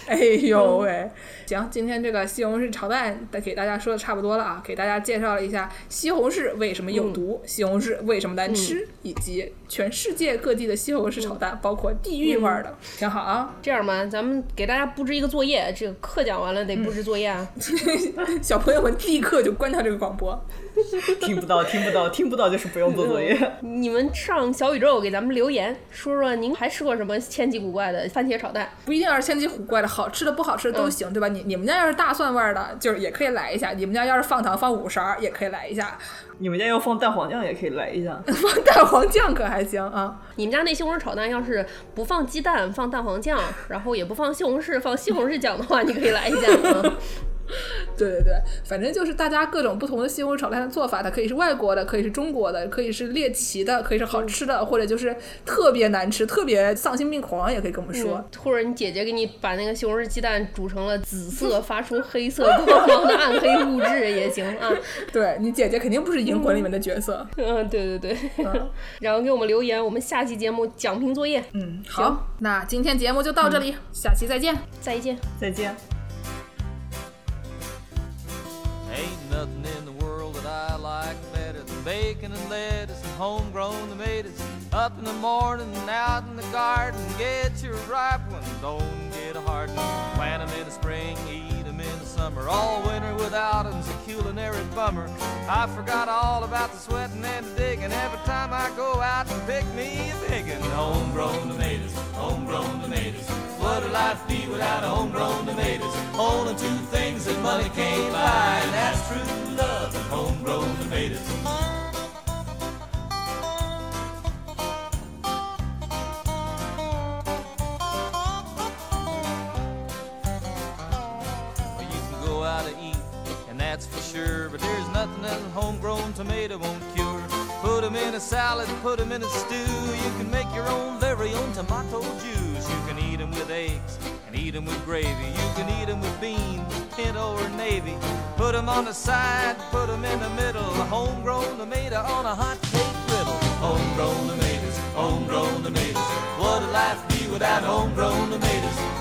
A: 哎呦喂！行，今天这个西红柿炒蛋给大家说的差不多了啊，给大家介绍了一下西红柿为什么有毒，西红柿为什么难吃，以及全世界各地的西红柿炒蛋，包括地域味儿的，挺好啊。
C: 这样吧，咱们给大家布置一个作业，这个课讲完了得布置作业啊。
A: 小朋友们立刻就关掉这个广播。
B: 听不到，听不到，听不到，就是不用做作业。
C: 你们上小宇宙给咱们留言，说说您还吃过什么千奇古怪的番茄炒蛋？
A: 不一定要是千奇古怪的，好吃的不好吃的都行，对吧？你你们家要是大蒜味儿的，就是也可以来一下；你们家要是放糖放五勺儿也可以来一下，
B: 你们家要放蛋黄酱也可以来一下。
A: 放蛋黄酱可还行啊。
C: 你们家那西红柿炒蛋要是不放鸡蛋，放蛋黄酱，然后也不放西红柿，放西红柿酱的话，你可以来一下啊。
A: 对对对，反正就是大家各种不同的西红柿炒蛋的做法，它可以是外国的，可以是中国的，可以是猎奇的，可以是好吃的，或者就是特别难吃、特别丧心病狂，也可以跟我们说。
C: 嗯或者你姐姐给你把那个西红柿鸡蛋煮成了紫色，发出黑色光芒的暗黑物质也行啊。
A: 对你姐姐肯定不是银魂里面的角色。
C: 嗯，对对对。
A: 嗯
C: 然后给我们留言，我们下期节目讲评作业，
B: 嗯，
A: 好，那今天节目就到这里，下期再见。
C: 再见。
B: 再见。
D: Ain't nothing in the world that I like better than bacon and lettuce and homegrown tomatoes. Up in the morning and out in the garden, get your ripe one, don't get a hard one. Plant 'em in the spring, eat 'em in the summer. All winter without 'em's a culinary bummer. I forgot all about the sweating and the digging every time I go out and pick me a biggin'. Homegrown tomatoes, homegrown tomatoes. What'll life be without homegrown tomatoes? Only two things that money can't buy, and that's true love and homegrown tomatoes. Well, you can go out and eat, and that's for sure. But there's nothing that a homegrown tomato won't cure. Put 'em in a salad, put 'em in a stew. You can make your own very own tomato juice. You can eat 'em with eggs, and eat 'em with gravy. You can eat 'em with beans, pinto or navy. Put 'em on the side, put 'em in the middle. A homegrown tomato on a hot cake griddle. Homegrown tomatoes, homegrown tomatoes. What'd life be without homegrown tomatoes?